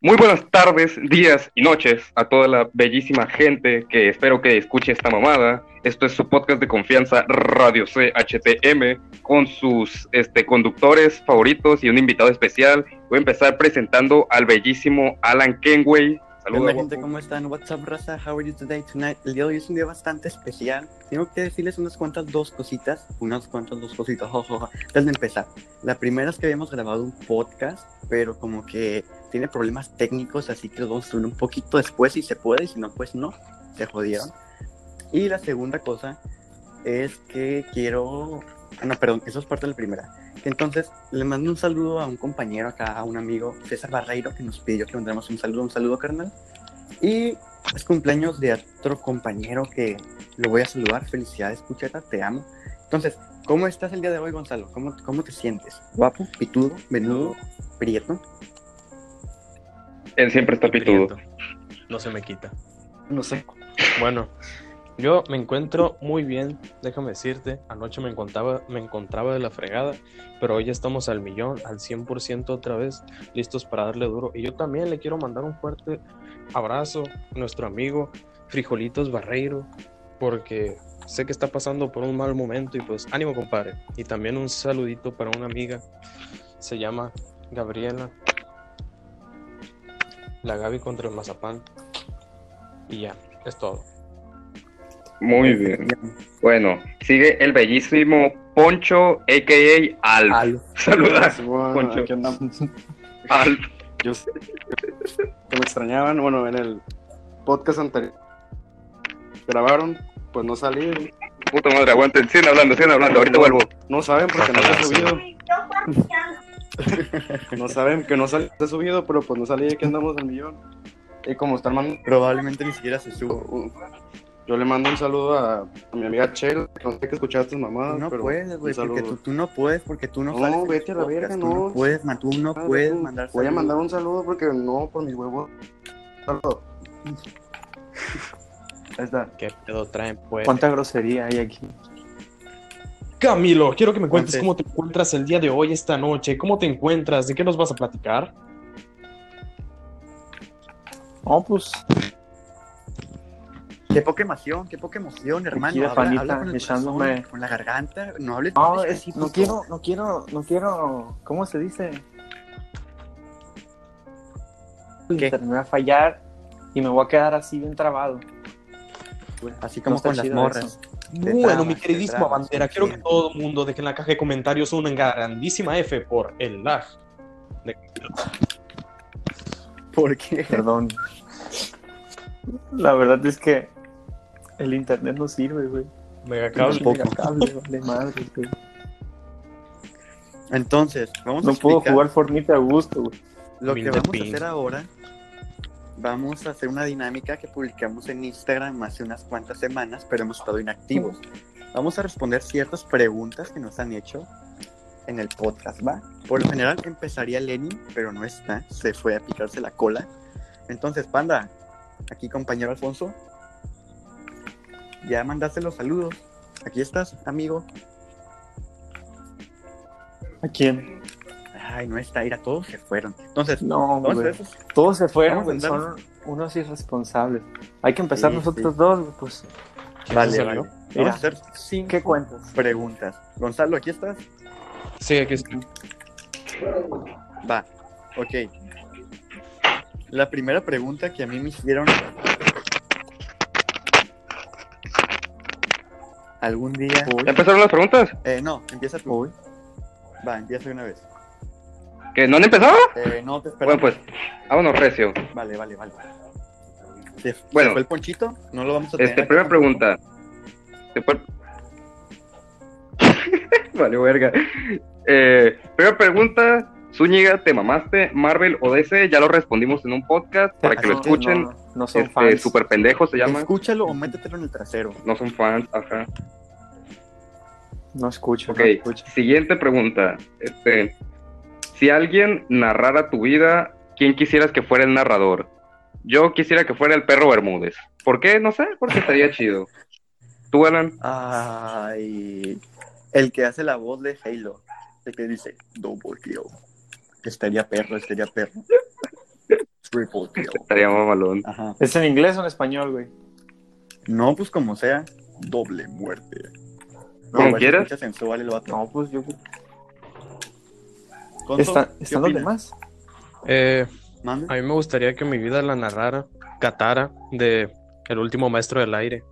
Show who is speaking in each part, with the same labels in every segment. Speaker 1: Muy buenas tardes, días y noches a toda la bellísima gente que espero que escuche esta mamada. Esto es su podcast de confianza Radio CHTM con sus este, conductores favoritos y un invitado especial. Voy a empezar presentando al bellísimo Alan Kenway.
Speaker 2: Hola gente, ¿cómo están? What's up, Raza? How are you today, tonight? El día de hoy es un día bastante especial. Tengo que decirles unas cuantas dos cositas. Unas cuantas dos cositas. Antes de empezar. La primera es que habíamos grabado un podcast, pero como que tiene problemas técnicos, así que los vamos a subir un poquito después si se puede, y si no, pues no. Se jodieron. Y la segunda cosa es que quiero... Ah, no, perdón, eso es parte de la primera. Entonces, le mando un saludo a un compañero acá, a un amigo, César Barreiro, que nos pidió que mandáramos un saludo, un saludo, carnal. Y es cumpleaños de otro compañero que lo voy a saludar. Felicidades, Cucheta, te amo. Entonces, ¿cómo estás el día de hoy, Gonzalo? ¿Cómo, cómo te sientes? ¿Guapo, pitudo, menudo, prieto?
Speaker 1: Él siempre está pitudo.
Speaker 3: No se me quita.
Speaker 2: No sé.
Speaker 3: Bueno, yo me encuentro muy bien, déjame decirte. Anoche me encontraba, me encontraba de la fregada, pero hoy ya estamos al millón, al 100% otra vez, listos para darle duro. Y yo también le quiero mandar un fuerte abrazo a nuestro amigo Frijolitos Barreiro, porque sé que está pasando por un mal momento y pues ánimo, compadre. Y también un saludito para una amiga, se llama Gabriela, la Gaby contra el Mazapán. Y ya, es todo.
Speaker 1: Muy bien. Bueno, sigue el bellísimo Poncho, a.k.a. Alf.
Speaker 2: Alf.
Speaker 1: Saludas,
Speaker 4: Bueno,
Speaker 1: Poncho.
Speaker 4: aquí andamos.
Speaker 1: Alf.
Speaker 4: Yo sé que me extrañaban. Bueno, en el podcast anterior grabaron, pues no salí.
Speaker 1: Puta madre, aguanten. Siguen hablando, siguen hablando. Ahorita vuelvo.
Speaker 4: No saben porque no se ha
Speaker 3: Sí.
Speaker 4: subido. No saben que no sal- se ha subido, pero pues no salí. Aquí andamos al millón. Y como está hermano,
Speaker 2: Probablemente ni siquiera se subo.
Speaker 4: yo le mando un saludo a, a mi amiga Chel. que No sé que escuchar tus mamadas.
Speaker 2: no
Speaker 4: pero
Speaker 2: puedes, güey,
Speaker 4: un saludo.
Speaker 2: porque tú, tú no puedes, porque tú no
Speaker 4: No,
Speaker 2: sales. en
Speaker 4: vete a la
Speaker 2: los
Speaker 4: verga,
Speaker 2: podcasts, tú
Speaker 4: no.
Speaker 2: puedes, man, tú no
Speaker 4: Ah,
Speaker 2: puedes
Speaker 4: tú.
Speaker 2: mandar
Speaker 4: Voy a
Speaker 2: saludos.
Speaker 4: mandar un saludo porque no, por mis huevos. Saludo. Ahí está.
Speaker 3: ¿Qué pedo traen, pues?
Speaker 4: ¿Cuánta grosería hay aquí?
Speaker 3: Camilo, quiero que me cuentes
Speaker 2: Antes.
Speaker 3: cómo te encuentras el día de hoy, esta noche. ¿Cómo te encuentras? ¿De qué nos vas a platicar?
Speaker 5: No, pues,
Speaker 2: Qué poca emoción, qué poca emoción, hermano.
Speaker 5: Tranquila,
Speaker 2: Habla-
Speaker 5: panita,
Speaker 2: habla con, el
Speaker 5: echándome-
Speaker 2: corazón, con la garganta, no hables
Speaker 5: no,
Speaker 2: hables
Speaker 5: es-
Speaker 2: así,
Speaker 5: no
Speaker 2: puto.
Speaker 5: quiero, no quiero, no quiero, ¿cómo se dice?
Speaker 2: ¿Qué?
Speaker 5: Internet me va a Pues, fallar y me voy a quedar así bien trabado.
Speaker 2: Así
Speaker 5: No
Speaker 2: como
Speaker 5: está
Speaker 2: con las
Speaker 5: chido
Speaker 2: morras.
Speaker 5: eso.
Speaker 2: Te
Speaker 3: bueno,
Speaker 2: trabas,
Speaker 3: mi
Speaker 2: te
Speaker 3: queridísima
Speaker 2: trabas,
Speaker 3: bandera,
Speaker 2: sí,
Speaker 3: quiero
Speaker 2: sí.
Speaker 3: que todo el mundo deje en la caja de comentarios una grandísima F por el lag.
Speaker 2: ¿Por qué?
Speaker 5: Perdón. La verdad es que el internet no sirve, güey.
Speaker 3: Mega
Speaker 2: Cable.
Speaker 5: Mega cable, vale madre, güey.
Speaker 2: Entonces, vamos a
Speaker 5: No puedo
Speaker 2: explicar
Speaker 5: jugar Fortnite a gusto, güey.
Speaker 2: lo que
Speaker 3: Humilde
Speaker 2: vamos a
Speaker 3: pin.
Speaker 2: hacer ahora. Vamos a hacer una dinámica que publicamos en Instagram hace unas cuantas semanas, pero hemos estado inactivos. Vamos a responder ciertas preguntas que nos han hecho en el podcast, ¿va? Por lo general empezaría Lenin, pero no está, se fue a picarse la cola. Entonces, Panda, aquí compañero Alfonso, ya mandaste los saludos. Aquí estás, amigo.
Speaker 5: ¿A quién?
Speaker 2: Ay, no está, ir a todos se fueron. Entonces,
Speaker 5: No,
Speaker 2: vamos a
Speaker 5: güey.
Speaker 2: hacer
Speaker 5: Todos se fueron,
Speaker 2: Vamos a
Speaker 5: güey. Son unos irresponsables. Hay que empezar
Speaker 2: Sí,
Speaker 5: nosotros dos, güey, pues.
Speaker 2: Vale,
Speaker 3: se
Speaker 2: vale.
Speaker 3: salió?
Speaker 2: Vamos
Speaker 5: Mira.
Speaker 2: a hacer cinco
Speaker 5: ¿Qué cuentas?
Speaker 2: preguntas. Gonzalo, ¿aquí estás?
Speaker 3: Sí, aquí está.
Speaker 2: Va. Ok. La primera pregunta que a mí me hicieron algún día.
Speaker 1: ¿Ya empezaron las preguntas?
Speaker 2: Eh, no, empieza tú.
Speaker 5: Uy.
Speaker 2: Va, empieza de una vez.
Speaker 1: ¿Que no han empezado?
Speaker 2: Eh, no, te espero.
Speaker 1: Bueno, pues, vámonos recio.
Speaker 2: Vale, vale, vale. Se- se
Speaker 1: Bueno.
Speaker 2: fue el ponchito? No lo vamos a tener.
Speaker 1: Este,
Speaker 2: aquí
Speaker 1: primera
Speaker 2: tampoco.
Speaker 1: pregunta. ¿Se fue- vale, verga. Eh, primera pregunta. Zúñiga, ¿te mamaste? Marvel o DC, ya lo respondimos en un podcast para que lo
Speaker 5: No,
Speaker 1: escuchen.
Speaker 5: Ah, No, no son
Speaker 1: Este,
Speaker 5: fans.
Speaker 1: super pendejo se llama.
Speaker 2: Escúchalo o métetelo en el trasero.
Speaker 1: No son fans, ajá.
Speaker 5: No escucho,
Speaker 1: Ok,
Speaker 5: no escucho.
Speaker 1: siguiente pregunta. Este, si alguien narrara tu vida, ¿quién quisieras que fuera el narrador? Yo quisiera que fuera el perro Bermúdez. ¿Por qué? No sé, porque estaría chido. ¿Tú, Alan?
Speaker 2: Ay, el que hace la voz de Halo, el que dice Double Kill. Estaría perro, estaría perro. Triple Kill.
Speaker 1: Estaría mamalón.
Speaker 2: Ajá.
Speaker 5: ¿Es en inglés o en español, güey?
Speaker 2: No, pues como sea, doble muerte.
Speaker 1: Como
Speaker 2: No, güey, se
Speaker 1: quieras.
Speaker 2: escucha sensual el vato.
Speaker 5: No, pues yo.
Speaker 2: Gonzo,
Speaker 5: ¿Está,
Speaker 2: ¿qué
Speaker 5: ¿Están los
Speaker 2: opinas?
Speaker 5: demás?
Speaker 3: Eh,
Speaker 2: Mande.
Speaker 3: a mí me gustaría que mi vida la narrara Katara de El último maestro del aire.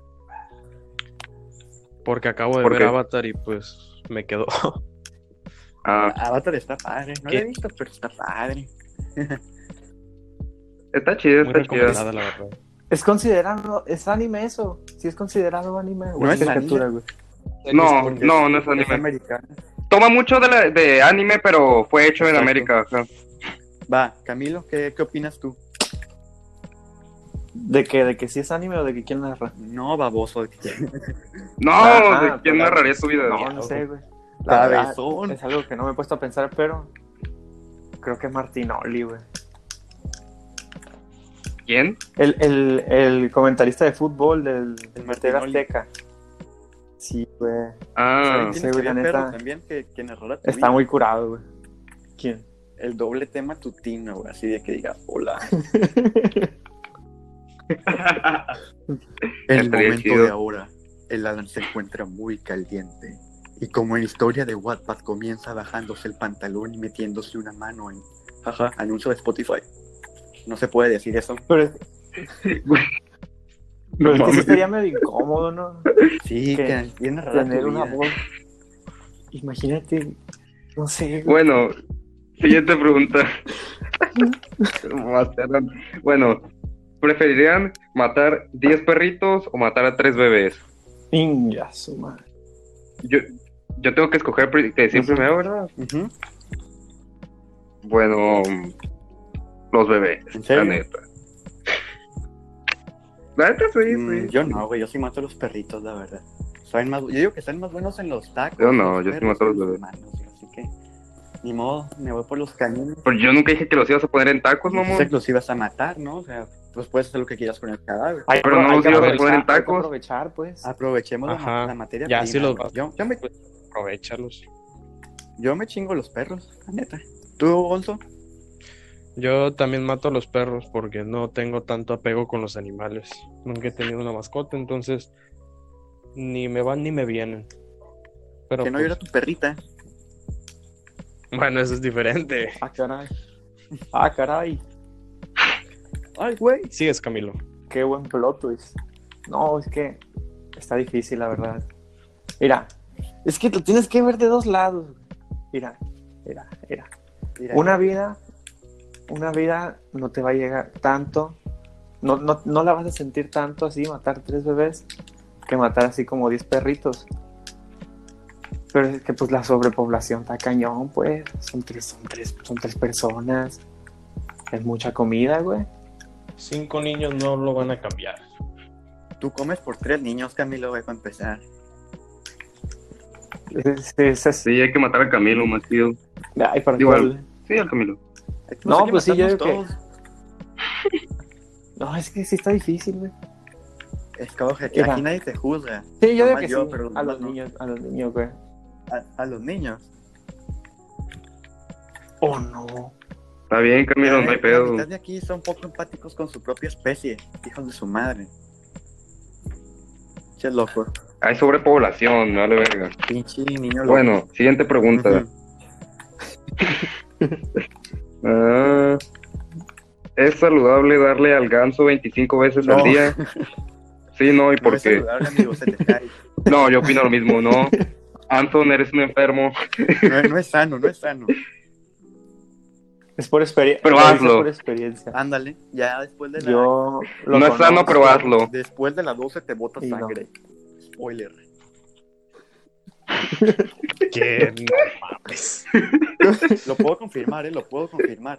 Speaker 3: Porque acabo de
Speaker 1: ¿Por
Speaker 3: ver
Speaker 1: qué?
Speaker 3: Avatar y pues me quedó.
Speaker 1: Ah,
Speaker 2: Avatar está padre. No lo
Speaker 3: ¿Qué?
Speaker 2: he visto, pero está padre.
Speaker 1: está chida, está chida.
Speaker 3: muy recomendada, la verdad.
Speaker 5: Es considerado. Es anime eso. Sí, es considerado anime. o
Speaker 2: No es
Speaker 5: caricatura, güey.
Speaker 1: No, no, no es
Speaker 2: Es
Speaker 1: anime.
Speaker 2: americano.
Speaker 1: Toma mucho de, la- de anime, pero fue hecho en
Speaker 3: Exacto.
Speaker 1: América. ajá.
Speaker 2: Va, Camilo, ¿qué, ¿qué opinas tú?
Speaker 5: ¿De que, ¿De que sí es anime o de que quién narra?
Speaker 2: No, baboso.
Speaker 1: No,
Speaker 5: Ajá,
Speaker 1: ¿de quién
Speaker 5: pero-
Speaker 1: narraría su vida?
Speaker 5: Ah, No, no sé, güey. La verdad,
Speaker 2: Cabezón.
Speaker 5: es algo que no me he puesto a pensar, pero. Creo que es Martinoli, güey.
Speaker 1: ¿Quién?
Speaker 5: El, el, el comentarista de fútbol del, del Mertera
Speaker 2: Martinoli.
Speaker 5: Azteca. Sí, güey.
Speaker 1: Ah,
Speaker 2: ¿Sabes
Speaker 5: sí,
Speaker 2: quién
Speaker 5: güey,
Speaker 2: estaría
Speaker 5: la
Speaker 2: perro
Speaker 5: neta.
Speaker 2: también que, que narrara tu
Speaker 5: Está
Speaker 2: vida?
Speaker 5: muy curado, güey. ¿Quién?
Speaker 2: El doble tema tutino, güey. Así de que diga, hola. El
Speaker 1: Estaría
Speaker 2: momento
Speaker 1: chido.
Speaker 2: de ahora, el Alan se encuentra muy caliente. Y como en historia de Wattpad comienza bajándose el pantalón y metiéndose una mano en... Ajá, anuncio de Spotify. No se puede decir eso.
Speaker 5: Pero, es-
Speaker 1: no
Speaker 5: pero es que sí
Speaker 1: mames.
Speaker 5: estaría medio incómodo, ¿no?
Speaker 2: Sí,
Speaker 5: Que-
Speaker 2: que tiene raro.
Speaker 5: Tener una voz. Imagínate. No sé, güey.
Speaker 1: Bueno, siguiente pregunta. Más tarde. bueno, ¿preferirían matar 10 perritos o matar a 3 bebés?
Speaker 5: Inga, su madre.
Speaker 1: Yo, yo tengo que escoger pri- que decir
Speaker 5: Ujú.
Speaker 1: primero, ¿verdad? Bueno, los bebés,
Speaker 2: ¿En
Speaker 1: la
Speaker 2: serio?
Speaker 1: neta. La neta, sí, sí.
Speaker 3: pues.
Speaker 2: Mm, yo no, güey, yo sí mato a los perritos, la verdad. Saben más, yo digo que están más buenos en los tacos.
Speaker 1: Yo no,
Speaker 2: los
Speaker 1: yo sí
Speaker 2: perros
Speaker 1: mato a
Speaker 2: que
Speaker 1: los bebés.
Speaker 2: humanos, güey, así que, ni modo, me voy por los caninos.
Speaker 1: Pero yo nunca dije que los ibas a poner en tacos, Pues, mamón.
Speaker 2: Sé que los ibas a matar, ¿no? O sea, pues puedes hacer lo que quieras con el cadáver.
Speaker 5: Hay-
Speaker 1: Pero no
Speaker 5: hay
Speaker 1: los
Speaker 5: que
Speaker 1: ibas a
Speaker 5: aprovechar,
Speaker 1: poner en
Speaker 5: hay que
Speaker 1: tacos.
Speaker 5: aprovechar, pues.
Speaker 2: Aprovechemos la,
Speaker 3: Ajá,
Speaker 2: ma- la materia
Speaker 3: ya sí los
Speaker 2: güey.
Speaker 3: vas-
Speaker 2: yo, yo, me,
Speaker 3: Aprovechalos.
Speaker 2: yo me chingo los perros, la neta. ¿Tú, Gonzo?
Speaker 3: Yo también mato a los perros porque no tengo tanto apego con los animales. Nunca he tenido una mascota, entonces ni me van ni me vienen. Pero
Speaker 2: que no
Speaker 3: pues,
Speaker 2: llora tu perrita.
Speaker 3: bueno, eso es diferente.
Speaker 5: Ah, caray. Ah, caray.
Speaker 2: Ay, güey.
Speaker 3: Sigues, Camilo.
Speaker 5: Qué buen plot twist. No, es que está difícil, la verdad. Mira, es que lo tienes que ver de dos lados. güey. Mira, mira, mira.
Speaker 2: Mira,
Speaker 5: Una vida, una vida no te va a llegar tanto. No, no, no la vas a sentir tanto así, matar tres bebés, que matar así como diez perritos. Pero es que pues la sobrepoblación está cañón, pues. Son tres, son tres, son tres personas. Es mucha comida, güey.
Speaker 3: Cinco niños no lo van a cambiar.
Speaker 2: Tú comes por tres niños, Camilo, güey, para empezar.
Speaker 5: Es, es así.
Speaker 1: Sí, hay que matar a Camilo, más tío.
Speaker 5: Ay, para
Speaker 1: Igual. Sí, al Camilo.
Speaker 5: No,
Speaker 2: hay que
Speaker 5: pues sí, yo
Speaker 2: matarnos
Speaker 5: digo que-
Speaker 2: todos.
Speaker 5: No, es que sí está difícil, güey.
Speaker 2: Escoge, que
Speaker 5: Mira.
Speaker 2: aquí nadie te juzga.
Speaker 5: Sí, yo digo
Speaker 2: Nomás
Speaker 5: que
Speaker 2: yo,
Speaker 5: sí.
Speaker 2: pero no,
Speaker 5: A los
Speaker 2: no.
Speaker 5: niños, a los niños, güey.
Speaker 2: A, a los niños.
Speaker 5: Oh, no.
Speaker 1: Está bien, Camilo, no hay
Speaker 2: Eh, La
Speaker 1: pedo.
Speaker 2: mitad de aquí son poco empáticos con su propia especie, hijos de su madre. Che loco,
Speaker 1: Hay sobrepoblación, no le verga.
Speaker 2: pinche niño loco.
Speaker 1: Bueno, siguiente pregunta.
Speaker 2: Ujú.
Speaker 1: Ah, ¿Es saludable darle al ganso 25 veces
Speaker 2: No.
Speaker 1: al día? Sí, no, ¿y
Speaker 2: No
Speaker 1: por
Speaker 2: es
Speaker 1: qué?
Speaker 2: saludable, amigo, se te cae.
Speaker 1: No, yo opino lo mismo, no. Anton, eres un enfermo.
Speaker 2: No, es- no es sano, no es sano.
Speaker 5: Es por experiencia.
Speaker 1: Pero hazlo.
Speaker 5: por experiencia.
Speaker 2: Ándale, ya después de la
Speaker 5: Yo lo
Speaker 1: no es sano,
Speaker 5: conozco.
Speaker 1: pero hazlo.
Speaker 2: después de la 12 te bota
Speaker 5: Sí, no.
Speaker 2: sangre. Spoiler.
Speaker 3: Que no mames.
Speaker 2: Lo puedo confirmar, eh, lo puedo confirmar.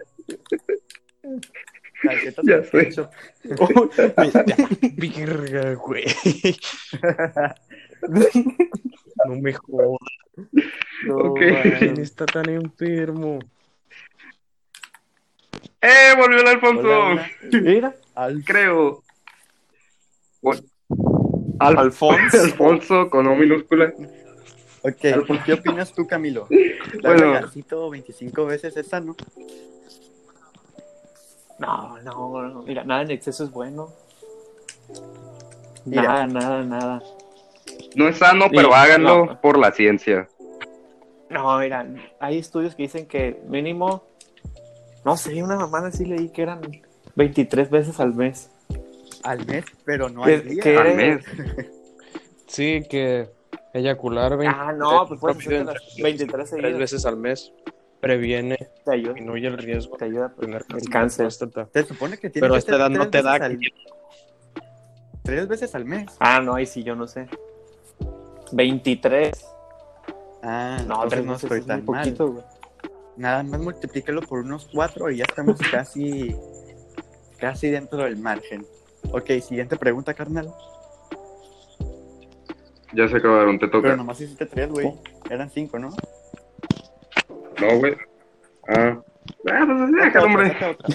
Speaker 2: Tarjetas
Speaker 1: Ya
Speaker 2: de Este,
Speaker 1: sé.
Speaker 2: pecho.
Speaker 5: Uy,
Speaker 3: Virga, güey. No me jodas.
Speaker 5: no,
Speaker 1: Ok.
Speaker 3: ¿Quién
Speaker 5: güey.
Speaker 3: está tan enfermo?
Speaker 1: ¡Eh, volvió el Alfonso!
Speaker 2: Hola, hola.
Speaker 5: Mira,
Speaker 2: Al-
Speaker 1: Creo. Bueno. Al-
Speaker 5: Alfonso.
Speaker 1: Alfonso con O minúscula.
Speaker 2: Ok, ¿qué opinas tú, Camilo? Darle
Speaker 1: Bueno.
Speaker 2: gancito 25 veces es sano.
Speaker 5: No, no, no. Mira, nada en exceso es bueno.
Speaker 2: Mira.
Speaker 5: Nada, nada, nada.
Speaker 1: No es sano,
Speaker 5: Sí,
Speaker 1: pero háganlo
Speaker 5: no.
Speaker 1: por la ciencia.
Speaker 5: No, mira, hay estudios que dicen que mínimo, no sé, una mamada sí leí que eran 23 veces al mes.
Speaker 2: Al mes, pero no
Speaker 5: Que-
Speaker 2: al día.
Speaker 5: que-
Speaker 1: Al
Speaker 5: Eres-
Speaker 1: mes.
Speaker 3: Sí, que eyacular 20
Speaker 5: Ah, no, pues puedes
Speaker 3: rápido
Speaker 5: hacer
Speaker 3: entre
Speaker 5: las 23
Speaker 3: tres
Speaker 5: seguidas.
Speaker 3: veces al mes previene,
Speaker 5: Te ayuda,
Speaker 3: disminuye el riesgo
Speaker 5: te
Speaker 3: de
Speaker 5: ayuda. pues.
Speaker 3: tener
Speaker 5: El cáncer.
Speaker 3: próstata.
Speaker 2: Se supone que tiene
Speaker 3: Pero
Speaker 2: que
Speaker 3: a esta
Speaker 2: ser
Speaker 3: edad no
Speaker 2: tres
Speaker 3: te da
Speaker 2: veces al- Tres veces al mes.
Speaker 5: Ah, no, ahí sí, yo no sé. 23.
Speaker 2: Ah,
Speaker 5: No,
Speaker 2: entonces
Speaker 5: tres
Speaker 2: no
Speaker 5: veces
Speaker 2: estoy
Speaker 5: es
Speaker 2: tan
Speaker 5: muy
Speaker 2: mal.
Speaker 5: poquito, güey.
Speaker 2: Nada más multiplícalo por unos cuatro y ya estamos casi, casi dentro del margen. Ok, siguiente pregunta, carnal.
Speaker 1: Ya se acabaron, te
Speaker 2: Pero
Speaker 1: toca.
Speaker 2: nomás hiciste tres, güey. Eran cinco, ¿no?
Speaker 1: No, güey. Ah. Ah, pues, déjalo, hombre.
Speaker 2: Saca otra.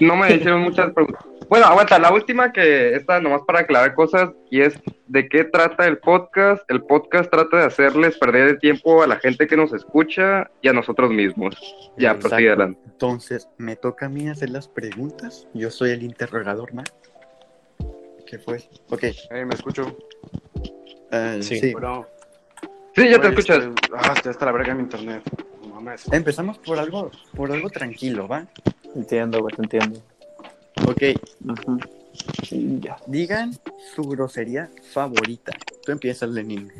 Speaker 1: No me hicieron muchas preguntas. Bueno, aguanta, la última que está nomás para aclarar cosas y es de qué trata el podcast. El podcast trata de hacerles perder el tiempo a la gente que nos escucha y a nosotros mismos. Ya,
Speaker 2: Exacto.
Speaker 1: prosigue adelante.
Speaker 2: Entonces, me toca a mí hacer las preguntas. Yo soy el interrogador, ¿no? ¿Qué fue? Ok.
Speaker 4: Ey, me escucho.
Speaker 2: eh,
Speaker 3: Sí.
Speaker 2: sí.
Speaker 4: Bueno,
Speaker 1: Sí, ya te
Speaker 4: güey,
Speaker 1: escuchas.
Speaker 4: estoy- Ah, estoy hasta la verga de mi internet. No mames.
Speaker 2: Empezamos por algo, por algo tranquilo, ¿va?
Speaker 5: Entiendo, güey, te entiendo.
Speaker 2: Ok,
Speaker 5: Ujú. Sí, ya.
Speaker 2: digan su grosería favorita. Tú empiezas, Lenin.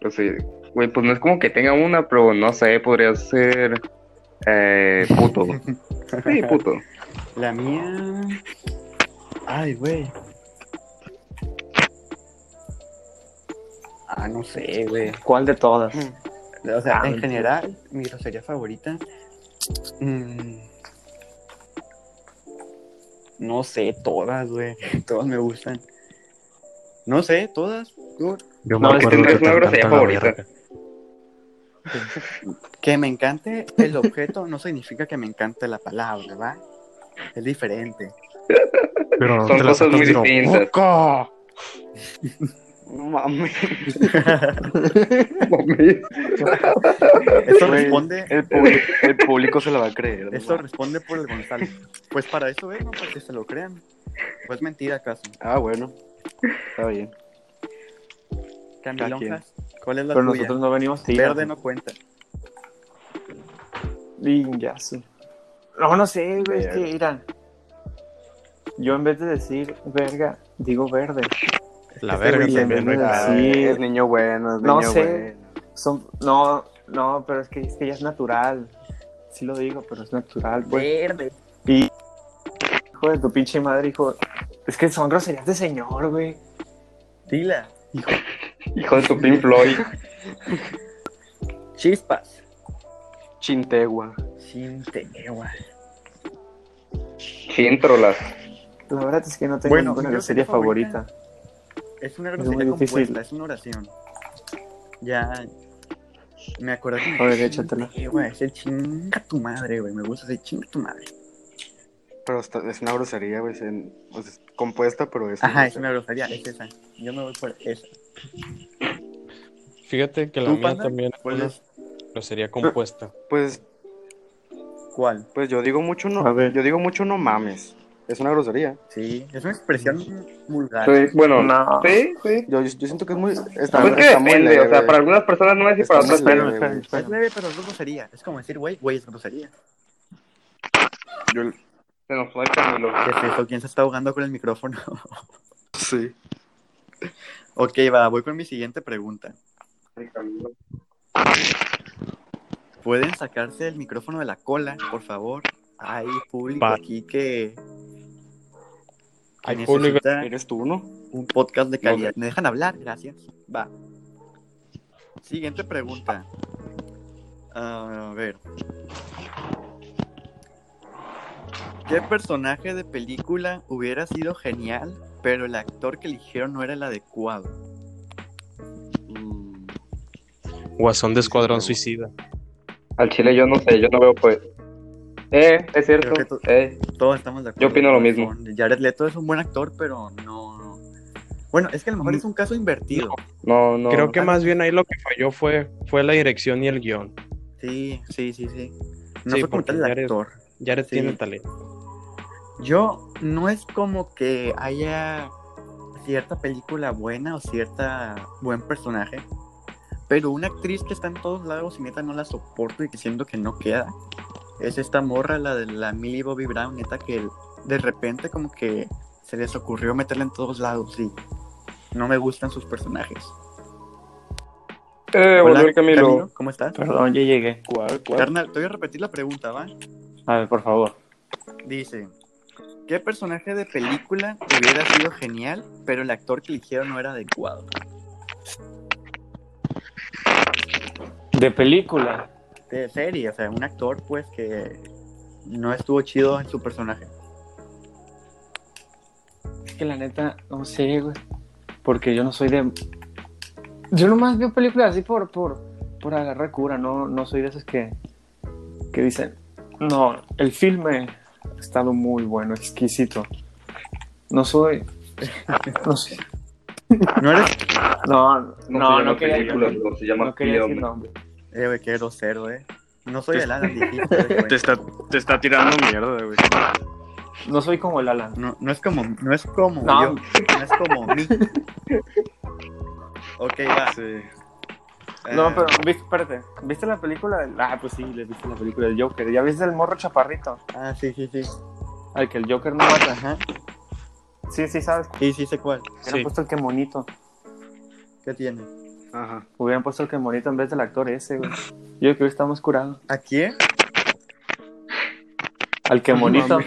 Speaker 1: Pues sí. Güey, pues no es como que tenga una, pero no sé, podría ser. Eh, puto. Sí, puto.
Speaker 2: La mía. Ay, güey. Ah, no sé, güey.
Speaker 5: ¿Cuál de todas?
Speaker 2: O sea,
Speaker 5: Ah,
Speaker 2: en
Speaker 5: ok.
Speaker 2: general, mi grosería favorita. mm, no sé, todas, güey. Todas me gustan. No sé, todas. Yo-
Speaker 6: Yo
Speaker 5: No,
Speaker 6: me
Speaker 5: es que
Speaker 6: acuerdo
Speaker 5: no
Speaker 1: es
Speaker 6: que
Speaker 1: una
Speaker 6: te
Speaker 1: grosería
Speaker 6: encanta la
Speaker 1: favorita.
Speaker 6: verga.
Speaker 2: Que me encante el objeto no significa que me encante la palabra, ¿va? Es diferente.
Speaker 6: Pero no
Speaker 1: Son
Speaker 6: te la
Speaker 1: cosas
Speaker 6: sacas
Speaker 1: muy
Speaker 6: de la
Speaker 1: distintas.
Speaker 6: boca.
Speaker 4: No mames.
Speaker 2: Eso
Speaker 4: Güey,
Speaker 2: responde
Speaker 4: El público, el público se la va a creer. no
Speaker 2: Esto
Speaker 4: mames.
Speaker 2: responde por el Gonzalo. Pues para eso es, ¿no? Para que se lo crean. Pues mentira, acaso.
Speaker 4: Ah, bueno. Está bien.
Speaker 2: Camilón,
Speaker 4: quien.
Speaker 2: Haas, ¿cuál es la
Speaker 5: Pero
Speaker 2: tuya?
Speaker 5: nosotros no venimos a
Speaker 2: Verde no cuenta.
Speaker 5: Y ya sí. No, no sé, güey, es que mira. Yo en vez de decir verga, digo verde.
Speaker 6: La
Speaker 5: Este
Speaker 6: verga
Speaker 5: güey
Speaker 6: también.
Speaker 5: también
Speaker 6: no
Speaker 5: me
Speaker 6: hay-
Speaker 5: da- Sí.
Speaker 4: Es niño bueno, es niño
Speaker 5: No sé.
Speaker 4: bueno.
Speaker 5: Son, no, no, pero es que, es que ya es natural. Sí lo digo, pero es natural, güey.
Speaker 2: Verde.
Speaker 5: Y hijo de tu pinche madre, hijo. Es que son groserías de señor, güey.
Speaker 2: Tila.
Speaker 1: Hijo de tu Pink Floyd.
Speaker 2: Chispas.
Speaker 4: Chintegua.
Speaker 2: Sin tegua.
Speaker 1: Chintrolas.
Speaker 5: La verdad es que no tengo
Speaker 2: Bueno,
Speaker 5: ninguna
Speaker 2: mi
Speaker 5: grosería
Speaker 2: grosería
Speaker 5: favorita.
Speaker 2: Es una
Speaker 5: muy
Speaker 2: grosería
Speaker 5: difícil.
Speaker 2: compuesta, es una oración. Ya. Me acordé que
Speaker 5: A ver, échatela.
Speaker 2: Sí, güey, es el chinga tu madre, güey. Me gusta ese chinga tu madre.
Speaker 4: Pero está- es una grosería, güey. es en- o sea, es compuesta, pero es.
Speaker 2: Ajá, es una grosería, es esa. Yo me voy por esa.
Speaker 3: Fíjate que la
Speaker 2: ¿Tú,
Speaker 3: mía
Speaker 2: Panda?
Speaker 3: también es
Speaker 2: ¿Cuál
Speaker 3: una
Speaker 2: es?
Speaker 3: grosería compuesta.
Speaker 4: Pues,
Speaker 2: ¿Cuál?
Speaker 4: pues yo digo mucho no.
Speaker 5: A ver.
Speaker 4: Yo digo mucho no mames. Es una grosería.
Speaker 2: Sí, es una expresión vulgar.
Speaker 1: Sí, bueno,
Speaker 5: No.
Speaker 1: sí, sí.
Speaker 4: Yo, yo siento que es muy. Está,
Speaker 1: Pues que
Speaker 4: está muy
Speaker 1: depende,
Speaker 4: leve.
Speaker 1: o sea, para algunas personas no es y
Speaker 4: Está
Speaker 1: para
Speaker 4: muy
Speaker 1: otras
Speaker 4: leve,
Speaker 1: no.
Speaker 5: Espérame, espérame,
Speaker 4: güey.
Speaker 2: Es
Speaker 5: espérame.
Speaker 2: leve, pero es grosería. Es como decir, güey, güey, es grosería.
Speaker 4: Yo-
Speaker 1: Se nos fue el Camilo.
Speaker 2: ¿Qué es eso? ¿Quién se está ahogando con el micrófono?
Speaker 4: sí.
Speaker 2: ok, va, voy con mi siguiente pregunta. ¿Pueden sacarse el micrófono de la cola, por favor? Hay público
Speaker 3: Pa-
Speaker 2: aquí que...
Speaker 3: Hay
Speaker 2: que
Speaker 3: público-
Speaker 2: necesita
Speaker 4: Eres tú, ¿no?
Speaker 2: un podcast de calidad. ¿Me dejan hablar? Gracias. Va. Siguiente pregunta. Ah, A ver. ¿Qué personaje de película hubiera sido genial, pero el actor que eligieron no era el adecuado?
Speaker 4: Mm,
Speaker 3: Guasón de Escuadrón Suicida.
Speaker 1: Al chile yo no sé, yo no veo pues. Eh, es cierto.
Speaker 2: Creo que tú-
Speaker 1: Eh,
Speaker 2: Todos estamos de acuerdo.
Speaker 1: Yo opino lo mismo.
Speaker 2: con Jared Leto es un buen actor, pero no. Bueno, es que a lo mejor
Speaker 3: Mm.
Speaker 2: es un caso invertido.
Speaker 1: no, no.
Speaker 3: Creo que
Speaker 2: ah.
Speaker 3: más bien ahí lo que falló fue, fue la dirección y el guión.
Speaker 2: Sí, sí, sí, sí. No fue
Speaker 3: Sí,
Speaker 2: como
Speaker 3: porque
Speaker 2: tal el
Speaker 3: Jared-
Speaker 2: actor.
Speaker 3: Jared
Speaker 2: Sí.
Speaker 3: tiene talento.
Speaker 2: Yo no es como que haya cierta película buena o cierta buen personaje, pero una actriz que está en todos lados y neta no la soporto y que siento que no queda. Es esta morra, la de la Millie Bobby Brown, neta que de repente como que se les ocurrió meterla en todos lados y no me gustan sus personajes.
Speaker 1: Eh,
Speaker 2: Hola,
Speaker 1: volvió el Camilo.
Speaker 2: ¿Cómo estás?
Speaker 5: Perdón, ya llegué.
Speaker 4: ¿Cuál, cuál?
Speaker 2: Carnal, te voy a repetir la pregunta, ¿va?
Speaker 5: A ver, por favor.
Speaker 2: Dice, ¿qué personaje de película hubiera sido genial, pero el actor que eligieron no era adecuado?
Speaker 5: De película.
Speaker 2: De serie, o sea, un actor pues que no estuvo chido en su personaje.
Speaker 5: Es que la neta, no sé, güey. Porque yo no soy de. Yo nomás veo películas así por, por, por agarrar cura. No, no soy de esos que, que dicen. No, el filme ha estado muy bueno, exquisito. No soy. No sé.
Speaker 2: No eres...
Speaker 5: No, no,
Speaker 1: No,
Speaker 5: no,
Speaker 1: se llama
Speaker 5: quería,
Speaker 1: película, no se llama
Speaker 5: no quería decir
Speaker 1: film.
Speaker 5: nombre.
Speaker 2: Eh, güey, qué grosero, eh. No soy
Speaker 4: Te-
Speaker 2: el Alan, dijiste, güey.
Speaker 4: Te está, te está tirando mierda, güey.
Speaker 5: No soy como el Alan.
Speaker 2: No, no es como, no es como
Speaker 5: No.
Speaker 2: yo, no es como mí. Ok, va.
Speaker 4: Sí.
Speaker 5: No,
Speaker 2: Eh,
Speaker 5: pero, ¿viste, espérate, ¿viste la película? del- Ah, pues sí, le viste la película del Joker. ¿Ya viste el morro chaparrito?
Speaker 2: Ah, sí, sí, sí.
Speaker 5: Al que el Joker no mata.
Speaker 2: Ajá.
Speaker 5: Sí, sí, sabes.
Speaker 2: Sí, sí, sé cuál.
Speaker 5: Hubieran
Speaker 3: Sí.
Speaker 5: puesto el que monito.
Speaker 2: ¿Qué tiene?
Speaker 4: Ajá.
Speaker 5: Hubieran puesto el que monito en vez del actor ese, güey. Yo creo que estamos curados.
Speaker 2: ¿A quién?
Speaker 5: Al que monito.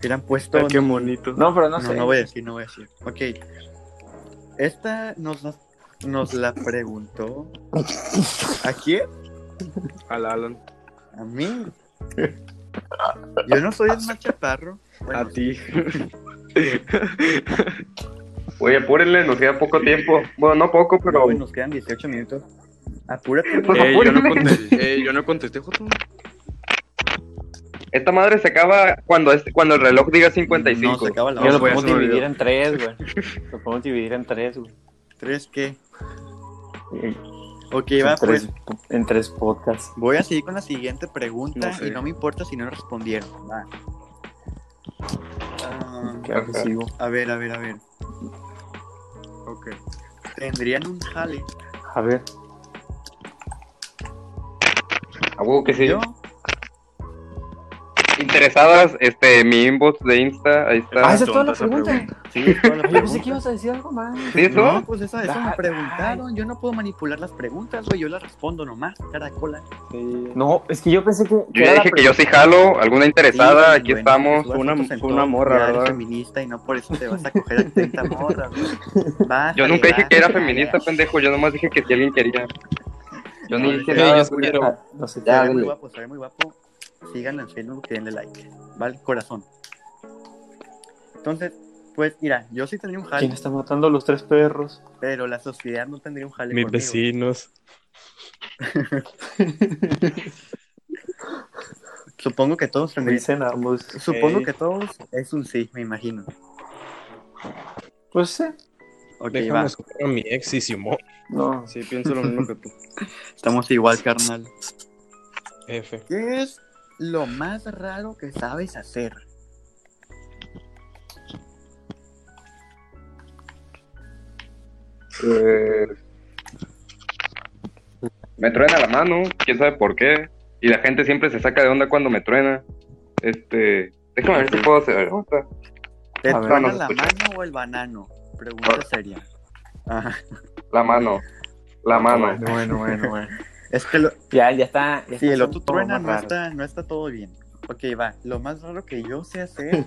Speaker 2: Hubieran puesto...
Speaker 4: Ay, qué bonito.
Speaker 5: No, pero no
Speaker 2: No,
Speaker 5: sé.
Speaker 2: no voy a decir, no voy a decir. Ok. Esta nos, nos, nos la preguntó. ¿A quién?
Speaker 4: Al Alan.
Speaker 2: A mí. Yo no soy el más chaparro. Bueno,
Speaker 4: A ti.
Speaker 1: Oye, apúrenle, nos queda poco tiempo. Bueno, no poco, pero.
Speaker 2: güey, nos quedan 18 minutos. Apúrate. güey.
Speaker 1: Pues
Speaker 4: Eh, yo, no
Speaker 1: apúrenle.
Speaker 4: contesté, eh, yo no contesté, Joto.
Speaker 1: Esta madre se acaba cuando, es- cuando el reloj diga
Speaker 2: No,
Speaker 1: 55.
Speaker 2: se acaba la
Speaker 5: Ya
Speaker 4: Yo
Speaker 5: lo
Speaker 2: hora.
Speaker 4: voy a
Speaker 5: podemos
Speaker 4: hacer un
Speaker 5: dividir
Speaker 4: video.
Speaker 5: en tres, güey. Lo podemos dividir en tres, güey.
Speaker 2: ¿Tres qué?
Speaker 5: Eh, En
Speaker 2: Ok, va, pues.
Speaker 5: tres, en tres podcasts.
Speaker 2: Voy a seguir con la siguiente pregunta
Speaker 4: No sé.
Speaker 2: y no me importa si no respondieron. Va. Ah,
Speaker 5: Qué agresivo.
Speaker 2: a ver, a ver, a ver.
Speaker 4: Ok.
Speaker 2: ¿Tendrían un jale?
Speaker 5: A ver,
Speaker 1: A huevo Ah, que sí.
Speaker 2: Yo,
Speaker 1: Interesadas, este, mi inbox de Insta, ahí está.
Speaker 5: Ah, esa es toda la
Speaker 4: tonta esa
Speaker 5: pregunta.
Speaker 2: sí, es toda la
Speaker 5: Ay, yo pensé que
Speaker 2: pregunta.
Speaker 5: ibas a decir algo más.
Speaker 1: ¿Sí, eso?
Speaker 2: No, pues esa, eso me
Speaker 5: Ay.
Speaker 2: preguntaron. Yo no puedo manipular las preguntas, güey. Yo las respondo nomás, caracola.
Speaker 5: No, es que yo pensé que.
Speaker 1: Yo ya dije que yo sí jalo, alguna interesada,
Speaker 2: Sí,
Speaker 1: aquí
Speaker 2: bueno,
Speaker 1: estamos.
Speaker 2: tú vas
Speaker 4: Una-
Speaker 2: juntos en
Speaker 4: una
Speaker 2: todo,
Speaker 4: morra,
Speaker 2: ya eres
Speaker 4: ¿verdad?
Speaker 2: feminista y no por eso te vas a coger a 30 morras, güey. Bájale,
Speaker 1: Yo nunca dije que era
Speaker 2: bájale.
Speaker 1: feminista, pendejo, yo nomás dije que si alguien quería. Yo ni
Speaker 2: Sí,
Speaker 1: dije
Speaker 2: yo
Speaker 1: nada,
Speaker 2: escuché.
Speaker 1: pero-
Speaker 5: Ah, No sé,
Speaker 2: Se ve muy
Speaker 5: dale.
Speaker 2: guapo, se ve muy guapo. Síganlo en Facebook y denle like. Vale, corazón. Entonces, pues mira, yo sí tendría un
Speaker 5: ¿Quién
Speaker 2: jale,
Speaker 5: está matando a los tres perros?
Speaker 2: pero la sociedad no tendría un jale
Speaker 3: Mis
Speaker 2: conmigo.
Speaker 3: vecinos.
Speaker 2: Supongo que todos tendrían.
Speaker 5: Dicen ambos.
Speaker 2: Supongo
Speaker 4: Ey.
Speaker 2: que todos es un sí, me imagino.
Speaker 5: Pues sí.
Speaker 2: Ok,
Speaker 3: Déjame
Speaker 2: va.
Speaker 3: escuchar a mi ex y Simón.
Speaker 5: No.
Speaker 4: Sí, pienso lo mismo que tú.
Speaker 2: Estamos igual, carnal.
Speaker 3: F.
Speaker 2: ¿Qué es lo más raro que sabes hacer?
Speaker 1: Eh, me truena la mano, quién sabe por qué. Y la gente siempre se saca de onda cuando me truena. Este, déjame ver si puedo hacer otra.
Speaker 2: ¿Te
Speaker 5: A ver,
Speaker 2: truena
Speaker 1: vamos a
Speaker 2: la
Speaker 1: escuchar.
Speaker 2: mano o el banano? Pregunta seria. Ajá.
Speaker 1: La mano, la mano.
Speaker 5: Bueno, bueno, bueno.
Speaker 2: Es que lo-
Speaker 5: Ya, ya está. ya
Speaker 2: si
Speaker 5: está
Speaker 2: el otro
Speaker 5: todo
Speaker 2: truena
Speaker 5: más
Speaker 2: no
Speaker 5: raro.
Speaker 2: está, no está todo bien. Ok, va. Lo más raro que yo sé hacer...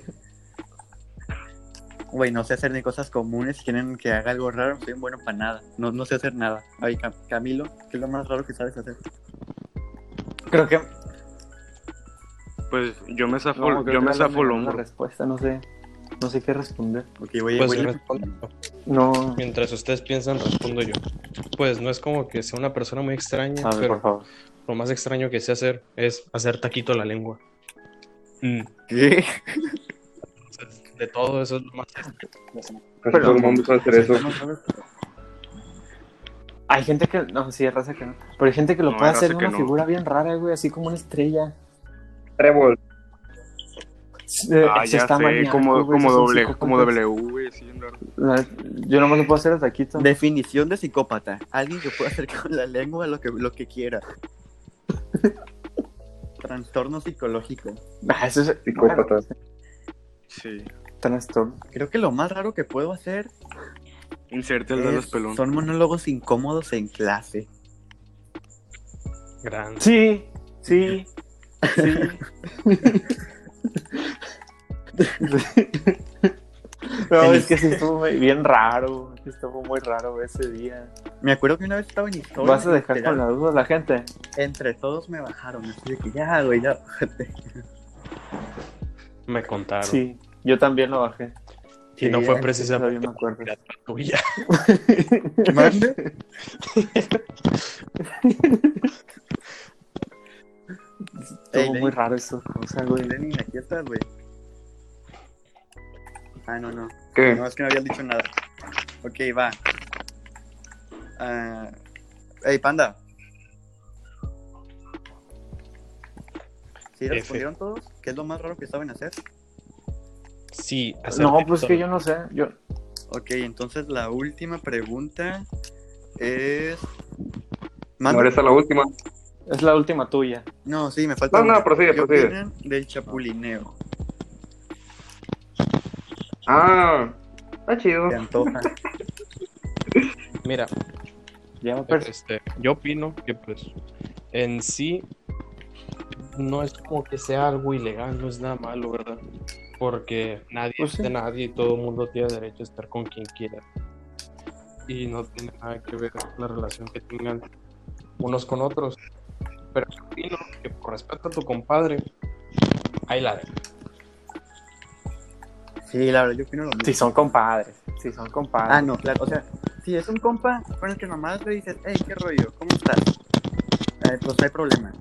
Speaker 2: Güey, no sé hacer ni cosas comunes. Si quieren que haga algo raro, soy bueno para nada. No, no sé hacer nada. Ay, Cam- Camilo, ¿qué es lo más raro que sabes hacer?
Speaker 5: Creo que.
Speaker 4: Pues yo me zafo,
Speaker 5: no, creo
Speaker 4: yo
Speaker 5: que
Speaker 4: me
Speaker 5: era
Speaker 4: zafo el
Speaker 5: la la
Speaker 4: hombro.
Speaker 5: respuesta, no sé. No sé qué responder.
Speaker 2: Ok, voy,
Speaker 3: Pues
Speaker 2: voy-
Speaker 3: respondo.
Speaker 5: No.
Speaker 3: Mientras ustedes piensan, respondo yo. Pues no es como que sea una persona muy extraña,
Speaker 5: A ver,
Speaker 3: pero
Speaker 5: por favor.
Speaker 3: lo más extraño que sé hacer es hacer taquito a la lengua. Mm.
Speaker 2: ¿Qué?
Speaker 3: De todo eso es lo más
Speaker 1: Casi todo el mundo sabe hacer eso.
Speaker 2: Estamos-
Speaker 5: Hay gente que. No, sí, hay raza que no. Pero hay gente que lo
Speaker 1: No,
Speaker 5: puede
Speaker 1: hay raza
Speaker 5: hacer
Speaker 1: que
Speaker 5: una
Speaker 1: no.
Speaker 5: figura bien rara, güey, así como una estrella.
Speaker 1: Trébol.
Speaker 5: Eh,
Speaker 4: Ah,
Speaker 5: eso
Speaker 4: ya
Speaker 5: está
Speaker 4: sé,
Speaker 5: maníaco,
Speaker 4: como,
Speaker 5: güey,
Speaker 4: como
Speaker 5: esos son
Speaker 4: doble, como
Speaker 5: psicópatas.
Speaker 4: doble U, güey, sí, andar.
Speaker 5: La- Yo nomás lo puedo hacer el taquito.
Speaker 2: Definición de psicópata. Alguien que pueda hacer con la lengua lo que, lo que quiera. Trastorno psicológico.
Speaker 5: Ah, eso es
Speaker 1: Psicópata.
Speaker 4: Sí.
Speaker 5: trastorno.
Speaker 2: Creo que lo más raro que puedo hacer
Speaker 4: Inserte el de los
Speaker 2: es-
Speaker 4: pelón.
Speaker 2: son monólogos incómodos en clase.
Speaker 3: Gran.
Speaker 5: Sí, sí, sí. no, es que sí estuvo muy- bien raro. sí Estuvo muy raro ese día.
Speaker 2: Me acuerdo que una vez estaba en historia.
Speaker 5: ¿Vas a dejar con la duda a la gente?
Speaker 2: Entre todos me bajaron. Así de que ya, güey, ya.
Speaker 3: Me contaron.
Speaker 5: Sí, yo también lo bajé.
Speaker 3: Y no
Speaker 2: Sí, eh,
Speaker 3: fue
Speaker 5: Todavía
Speaker 3: precisamente
Speaker 5: me acuerdo.
Speaker 3: tuya.
Speaker 2: ¿Mande?
Speaker 5: Estuvo muy raro eso. O sea, güey.
Speaker 2: Lenin, aquí estás, güey. Ah, no, no.
Speaker 1: ¿Qué?
Speaker 2: No, es que no había dicho nada. Ok, va. Ah, Ey, panda. ¿Sí
Speaker 3: F.
Speaker 2: respondieron todos? ¿Qué es lo más raro que saben hacer?
Speaker 3: Sí,
Speaker 5: No,
Speaker 3: acerté
Speaker 5: pues
Speaker 3: todo.
Speaker 5: que yo no sé. Yo,
Speaker 2: Ok, entonces la última pregunta es.
Speaker 1: No,
Speaker 2: Manda-
Speaker 1: eres a la última.
Speaker 5: es la última tuya.
Speaker 2: No, sí, me falta.
Speaker 1: No, no,
Speaker 2: una.
Speaker 1: prosigue,
Speaker 2: ¿Qué
Speaker 1: prosigue.
Speaker 2: opinan Del chapulineo.
Speaker 1: Ah, está chido.
Speaker 2: Te antoja.
Speaker 3: Mira,
Speaker 5: Ya me
Speaker 3: Pues,
Speaker 5: perdí.
Speaker 3: este, yo opino que pues en sí no es como que sea algo ilegal, no es nada malo, ¿verdad? Porque nadie
Speaker 5: Pues
Speaker 3: es
Speaker 5: sí.
Speaker 3: de nadie y todo el mundo tiene derecho a estar con quien quiera. Y no tiene nada que ver la relación que tengan unos con otros. Pero yo opino que por respeto a tu compadre, ahí la dejo.
Speaker 2: Sí, la verdad, yo opino lo mismo.
Speaker 5: Si son compadres. Si son compadres.
Speaker 2: Ah, no, claro, o sea, si es un compa con el que nomás le dices, hey, qué rollo, ¿cómo estás? Eh, pues no hay problema.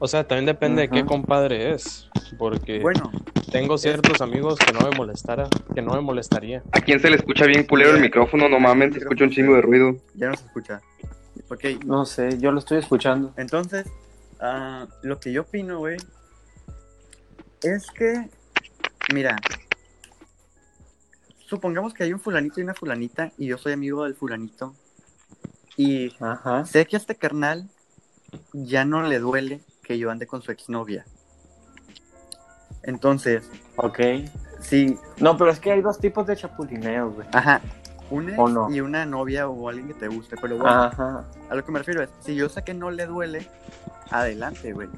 Speaker 3: O sea, también depende de qué
Speaker 5: Ajá.
Speaker 3: compadre es. Porque
Speaker 2: Bueno,
Speaker 3: tengo ciertos amigos que no me molestara, que no me molestaría.
Speaker 1: ¿A quién se le escucha bien culero el micrófono? No mames, se escucha un chingo de ruido.
Speaker 2: ya nos escucha. Ok,
Speaker 5: No sé, yo lo estoy escuchando.
Speaker 2: entonces, ah, lo que yo opino, güey, es que, mira, supongamos que hay un fulanito y una fulanita, y yo soy amigo del fulanito, y
Speaker 5: Ajá.
Speaker 2: Sé que a este carnal ya no le duele que yo ande con su exnovia. Entonces,
Speaker 5: Ok.
Speaker 2: sí,
Speaker 5: No, pero es que hay dos tipos de chapulineo, güey.
Speaker 2: ajá, un ex
Speaker 5: ¿O no? Ah,
Speaker 2: y una novia o alguien que te guste, pero bueno,
Speaker 5: Ajá.
Speaker 2: a lo que me refiero es, si yo sé que no le duele, adelante, güey.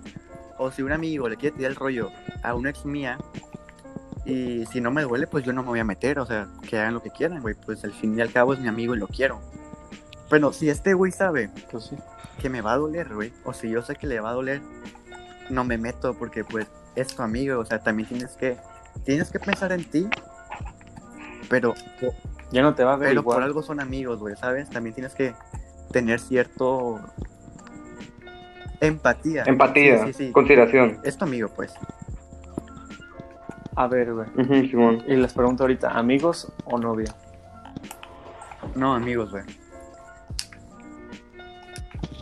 Speaker 2: O si un amigo le quiere tirar el rollo a una ex mía y si no me duele, pues yo no me voy a meter, o sea, que hagan lo que quieran, güey, pues al fin y al cabo es mi amigo y lo quiero. Pero si este güey sabe
Speaker 5: Pues sí.
Speaker 2: que me va a doler, güey. O si yo sé que le va a doler, no me meto porque pues es tu amigo. O sea, también tienes que, tienes que pensar en ti. Pero,
Speaker 5: Ya no te va a ver
Speaker 2: pero
Speaker 5: igual.
Speaker 2: por algo son amigos, güey, ¿sabes? También tienes que tener cierto empatía.
Speaker 1: Empatía,
Speaker 2: Sí, sí, sí.
Speaker 1: consideración.
Speaker 2: Es tu amigo, pues.
Speaker 5: A ver, güey.
Speaker 1: Ujú, Simón.
Speaker 5: Y les pregunto ahorita, ¿amigos o novia?
Speaker 2: No, amigos, güey.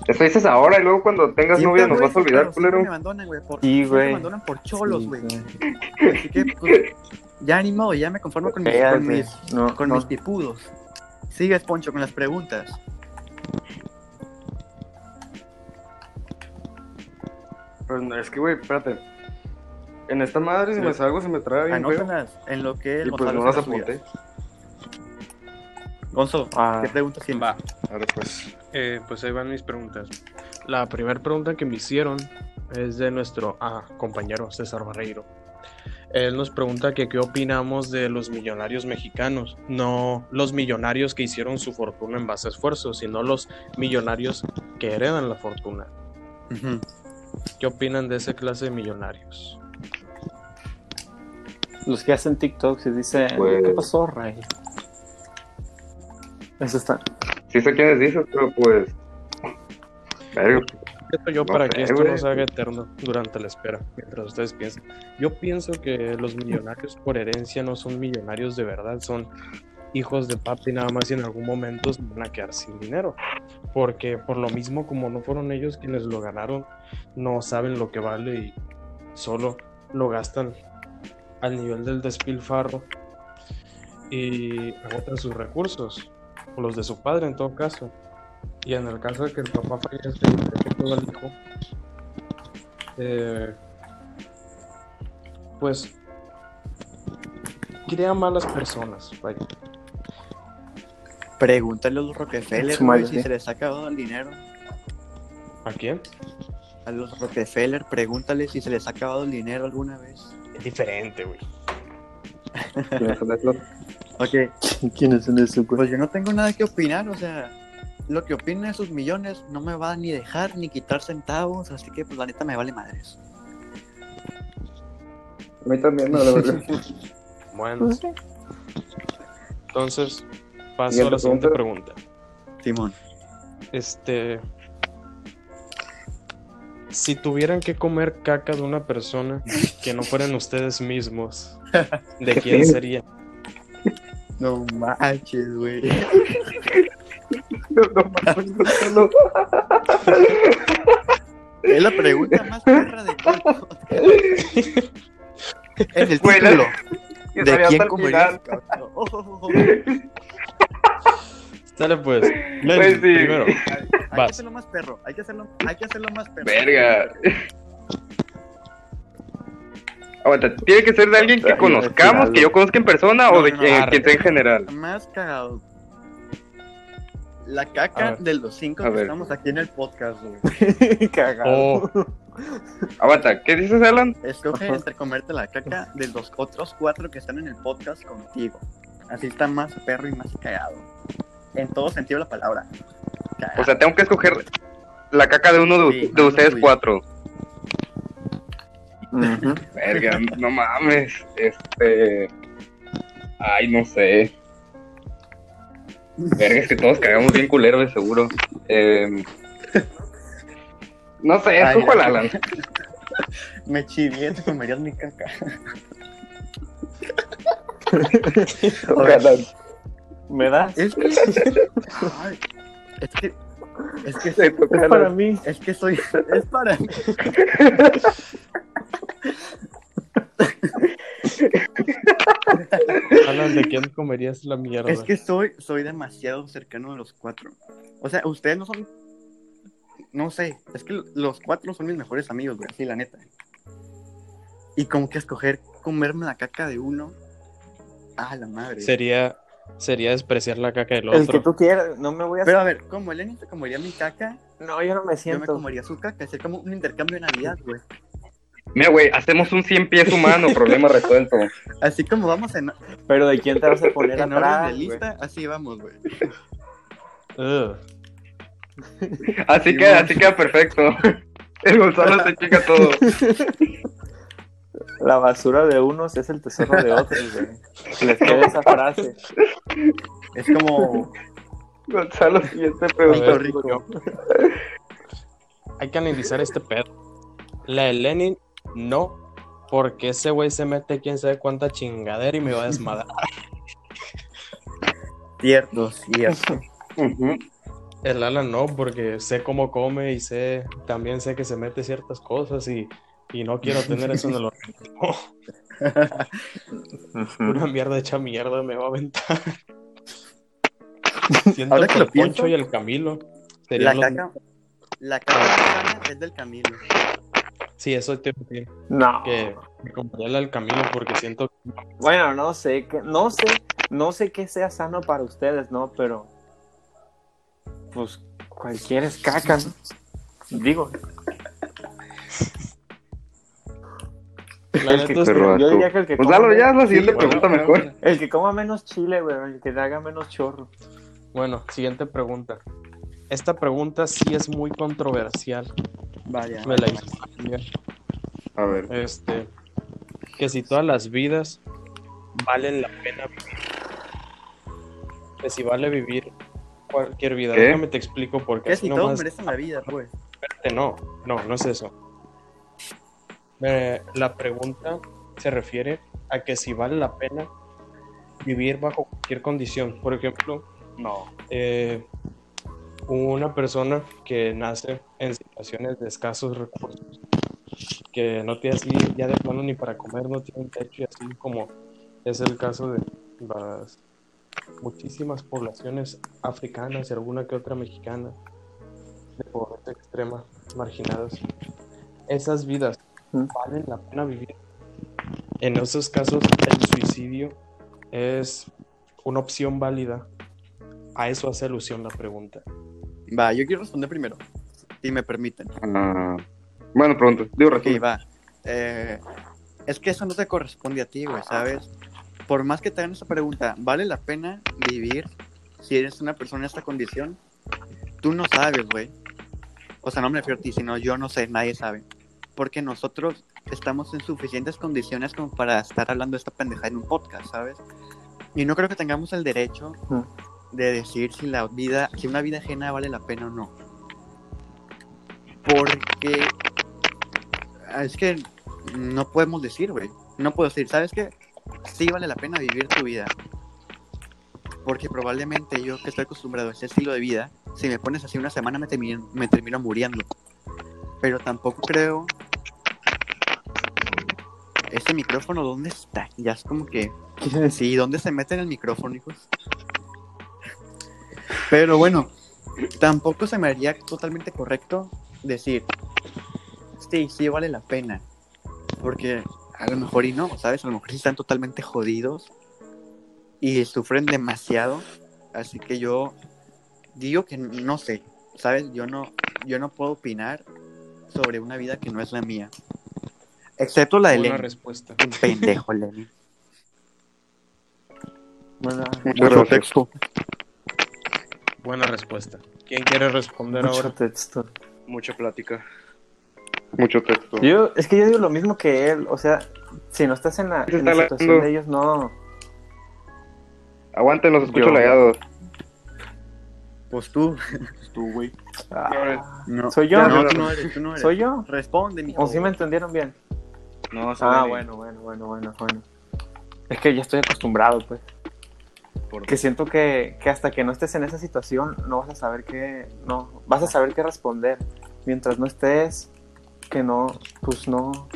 Speaker 1: Eso dices ahora y luego cuando tengas
Speaker 2: Siempre,
Speaker 1: novia nos
Speaker 2: güey,
Speaker 1: vas a olvidar,
Speaker 2: pero siempre
Speaker 1: culero.
Speaker 2: Me abandonan, güey. por-
Speaker 5: Sí,
Speaker 2: siempre
Speaker 5: güey.
Speaker 2: Me abandonan por cholos,
Speaker 5: Sí,
Speaker 2: güey. Así que, pues, ya ni modo, ya me conformo con mis,
Speaker 5: Espérate,
Speaker 2: con mis
Speaker 5: no,
Speaker 2: con
Speaker 5: no.
Speaker 2: mis pipudos. Sigues, Poncho, con las preguntas.
Speaker 4: Pero Pues, no, es que, güey, espérate. En esta madre, si me salgo, se me trae
Speaker 2: Ah,
Speaker 4: bien, güey.
Speaker 2: Anótalas en lo que el
Speaker 4: Y pues
Speaker 2: Gonzalo
Speaker 4: no las
Speaker 2: se las
Speaker 4: apunté.
Speaker 2: suba. Gonzo,
Speaker 5: Ah,
Speaker 2: ¿qué preguntas tienes?
Speaker 3: Va.
Speaker 4: Ahora pues.
Speaker 3: Eh, pues ahí van mis preguntas. La primera pregunta que me hicieron es de nuestro ah, compañero César Barreiro. Él nos pregunta que qué opinamos de los millonarios mexicanos, no los millonarios que hicieron su fortuna en base a esfuerzo, sino los millonarios que heredan la fortuna.
Speaker 2: Ujú.
Speaker 3: ¿Qué opinan de esa clase de millonarios?
Speaker 5: los que hacen TikTok se dicen,
Speaker 1: Güey.
Speaker 5: ¿qué pasó, Ray? Eso está.
Speaker 1: Sí sé quiénes dices, pero pues... Verga.
Speaker 3: Esto yo
Speaker 1: No
Speaker 3: para
Speaker 1: sé,
Speaker 3: que esto
Speaker 1: güey.
Speaker 3: no se haga eterno durante la espera, mientras ustedes piensan. Yo pienso que los millonarios por herencia no son millonarios de verdad, son hijos de papi nada más y en algún momento se van a quedar sin dinero. Porque por lo mismo, como no fueron ellos quienes lo ganaron, no saben lo que vale y solo lo gastan al nivel del despilfarro y agotan sus recursos, o los de su padre en todo caso. Y en el caso de que el papá fallece, todo el hijo, eh, pues crea malas personas. Vaya.
Speaker 2: Pregúntale a los Rockefeller
Speaker 5: Su
Speaker 2: güey,
Speaker 5: madre.
Speaker 2: si se les ha acabado el dinero.
Speaker 3: ¿A quién?
Speaker 2: A los Rockefeller, pregúntale si se les ha acabado el dinero alguna vez.
Speaker 3: Es diferente, güey.
Speaker 2: Ok,
Speaker 5: ¿Quiénes son esos, güey?
Speaker 2: pues yo no tengo nada que opinar, o sea, lo que opinen esos millones no me va a ni dejar ni quitar centavos, así que pues la neta me vale madres.
Speaker 4: A mí también, no, la verdad.
Speaker 3: Bueno, entonces paso a
Speaker 4: Siguiente
Speaker 3: la siguiente pregunta.
Speaker 2: Simón.
Speaker 3: Este. Si tuvieran que comer caca de una persona que no fueran ustedes mismos, ¿de quién
Speaker 4: feo.
Speaker 3: sería?
Speaker 2: No manches, güey.
Speaker 4: No, no, mames, no, no, no.
Speaker 2: Es la pregunta más perra de todos. En el
Speaker 1: Güey, la-
Speaker 2: título.
Speaker 1: que
Speaker 2: ¿De
Speaker 1: sabía hasta
Speaker 2: quién
Speaker 1: el
Speaker 2: comerías?
Speaker 1: final.
Speaker 2: cabrón? Oh, oh, oh.
Speaker 3: Dale pues.
Speaker 1: Pues
Speaker 3: Lenny,
Speaker 1: sí.
Speaker 3: primero.
Speaker 2: Hay
Speaker 3: Vas.
Speaker 2: que hacerlo más perro, hay que hacerlo, hay que hacerlo más perro.
Speaker 1: Verga. Aguanta, tiene que ser de alguien que conozcamos, que yo conozca en persona o de
Speaker 2: No, no, no,
Speaker 1: quien,
Speaker 3: arre.
Speaker 1: quien sea en general.
Speaker 2: Más cagado. La
Speaker 3: A
Speaker 2: caca
Speaker 3: ver.
Speaker 2: de los cinco
Speaker 1: A
Speaker 2: que
Speaker 1: ver.
Speaker 2: estamos aquí en el podcast, güey.
Speaker 5: Cagado.
Speaker 3: Oh,
Speaker 1: Aguanta, ¿qué dices, Alan?
Speaker 2: Escoge entre comerte la caca de los otros cuatro que están en el podcast contigo. Así está más perro y más cagado. En todo sentido de la palabra. Cagado.
Speaker 1: O sea, tengo que escoger la caca de uno de,
Speaker 2: Sí,
Speaker 1: de
Speaker 2: no,
Speaker 1: ustedes
Speaker 2: no,
Speaker 1: cuatro.
Speaker 5: Ujú.
Speaker 1: Verga, no mames. Este. Ay, no sé. Verga, es que todos cagamos bien culero, de seguro. Em, No sé,
Speaker 2: Ay,
Speaker 1: escojo al
Speaker 2: ya.
Speaker 1: Alan.
Speaker 2: me chivié, te comerías mi caca.
Speaker 5: ¿Me das?
Speaker 2: Es que. Ay, es que. Es que
Speaker 1: Te toca,
Speaker 5: Es
Speaker 1: Alan.
Speaker 5: para mí.
Speaker 2: Es que soy. Es para mí.
Speaker 3: Alan, ¿de quién comerías la mierda?
Speaker 2: Es que soy, soy demasiado cercano a los cuatro. O sea, ustedes no son. No sé, es que los cuatro son mis mejores amigos, güey, así la neta. Y como que escoger comerme la caca de uno. Ah, la madre.
Speaker 3: Sería, sería despreciar la caca del
Speaker 5: El que
Speaker 3: otro.
Speaker 5: tú quieras. No me voy a...
Speaker 2: Pero a ver, como Eleni se comería mi caca,
Speaker 5: No, yo no me
Speaker 2: yo me
Speaker 5: siento.
Speaker 2: comería su caca. Es como un intercambio de Navidad, güey.
Speaker 1: Mira, güey, hacemos un 100 pies humano, problema resuelto.
Speaker 2: Así como vamos en,
Speaker 5: Pero ¿de quién te vas a poner
Speaker 2: en orden de
Speaker 5: atrás, güey?
Speaker 2: lista, así vamos, güey.
Speaker 3: Ugh.
Speaker 1: Así que, así queda perfecto. El Gonzalo se chica todo.
Speaker 5: La basura de unos es el tesoro de otros, güey. Les queda esa frase.
Speaker 2: Es como
Speaker 1: Gonzalo, siguiente
Speaker 3: A
Speaker 1: pregunta.
Speaker 2: Puerto
Speaker 3: ver,
Speaker 2: Rico.
Speaker 3: Hay que analizar este pedo. La de Lenin, no. Porque ese güey se mete quién sabe cuánta chingadera y me va a desmadrar.
Speaker 2: Cierto, cierto.
Speaker 1: Ujú.
Speaker 3: El Alan no, porque sé cómo come y sé, también sé que se mete ciertas cosas y, y no quiero tener eso en el organismo. Una mierda hecha mierda me va a aventar. Siento
Speaker 2: Ahora que
Speaker 3: que
Speaker 2: lo
Speaker 3: el Poncho
Speaker 2: pienso,
Speaker 3: y el Camilo
Speaker 2: La
Speaker 3: serían los...
Speaker 2: caca. La caca más sana es del Camilo.
Speaker 3: Sí, eso te que
Speaker 5: No.
Speaker 3: me compraría al Camilo porque siento
Speaker 5: Bueno, no sé, que, no sé, no sé qué sea sano para ustedes, ¿no? Pero, pues, cualquier es caca, ¿no? Digo,
Speaker 3: la
Speaker 5: El que
Speaker 3: neta es
Speaker 1: perro.
Speaker 5: yo diría que el que
Speaker 4: Pues
Speaker 1: Gonzalo, Pues ya es la siguiente
Speaker 5: Sí,
Speaker 1: pregunta
Speaker 3: bueno.
Speaker 1: mejor.
Speaker 5: el que coma menos chile, güey, el que le haga menos chorro.
Speaker 3: Bueno, siguiente pregunta. Esta pregunta sí es muy controversial.
Speaker 2: Vaya.
Speaker 3: Me la hizo cambiar.
Speaker 1: A ver.
Speaker 3: Este, que si todas las vidas valen la pena vivir. Que si vale vivir cualquier vida.
Speaker 1: ¿Qué?
Speaker 3: Déjame te explico por qué.
Speaker 2: Que si
Speaker 3: no
Speaker 2: todos
Speaker 3: más-
Speaker 2: merecen la vida, pues.
Speaker 3: espérate, no, no, no es eso. Eh, la pregunta se refiere a que si vale la pena vivir bajo cualquier condición. Por ejemplo,
Speaker 4: No.
Speaker 3: eh, una persona que nace en situaciones de escasos recursos, que no tiene así ya de plano ni para comer, no tiene un techo y así como es el caso de las muchísimas poblaciones africanas y alguna que otra mexicana de pobreza extrema, marginadas. Esas vidas
Speaker 5: Mm.
Speaker 3: valen la pena vivir. En esos casos el suicidio es una opción válida a eso hace alusión la pregunta.
Speaker 2: Va, yo quiero responder primero, si me permiten.
Speaker 1: Ah, bueno, pronto. Digo,
Speaker 2: Ok,
Speaker 1: resumen.
Speaker 2: va. Eh, es que eso no te corresponde a ti, güey, ¿sabes? Por más que te hagan esa pregunta, ¿vale la pena vivir si eres una persona en esta condición? Tú no sabes, güey. O sea, no me refiero a ti, sino yo no sé, nadie sabe. Porque nosotros estamos en suficientes condiciones como para estar hablando esta pendejada en un podcast, ¿sabes? Y no creo que tengamos el derecho
Speaker 5: Ujú.
Speaker 2: de decir si la vida, si una vida ajena vale la pena o no. Porque Ah, Es que no podemos decir, güey. No puedo decir, ¿sabes qué? Sí vale la pena vivir tu vida. Porque probablemente yo que estoy acostumbrado a ese estilo de vida, si me pones así una semana me termino, me termino muriendo. Pero tampoco creo... Ese este micrófono, ¿dónde está? Ya es como que... Sí, ¿dónde se mete en el micrófono, hijos? Pero bueno, tampoco se me haría totalmente correcto decir, sí, sí vale la pena. Porque a lo mejor y no, ¿sabes? A lo mejor sí están totalmente jodidos y sufren demasiado. Así que yo digo que no sé, ¿sabes? Yo no, yo no puedo opinar sobre una vida que no es la mía. Excepto la de
Speaker 3: Buena
Speaker 2: Lenin.
Speaker 3: respuesta.
Speaker 2: Un pendejo, Lenin.
Speaker 5: Bueno,
Speaker 1: Mucho contexto.
Speaker 3: Buena respuesta. ¿Quién quiere responder
Speaker 5: mucho
Speaker 3: ahora?
Speaker 5: texto.
Speaker 4: Mucha plática.
Speaker 1: Mucho texto.
Speaker 5: Yo, es que yo digo lo mismo que él, o sea, si no estás en la,
Speaker 1: Se
Speaker 5: en la
Speaker 1: está
Speaker 5: situación
Speaker 1: hablando.
Speaker 5: de ellos, no.
Speaker 1: Aguanten, los escucho
Speaker 4: Yo-
Speaker 1: lagados.
Speaker 2: Pues tú.
Speaker 4: Tú, güey.
Speaker 5: Ah,
Speaker 2: No.
Speaker 5: ¿Soy yo?
Speaker 2: No, tú no eres, tú no eres.
Speaker 5: ¿Soy yo?
Speaker 2: Responde, mijo.
Speaker 5: ¿O si me entendieron bien?
Speaker 4: No, se
Speaker 5: Ah,
Speaker 4: vale.
Speaker 5: bueno, bueno, bueno, bueno, bueno. Es que ya estoy acostumbrado, pues.
Speaker 4: Por-
Speaker 5: Que siento que, que hasta que no estés en esa situación, no vas a saber qué, no, vas a saber qué responder. Mientras no estés, que no, pues no,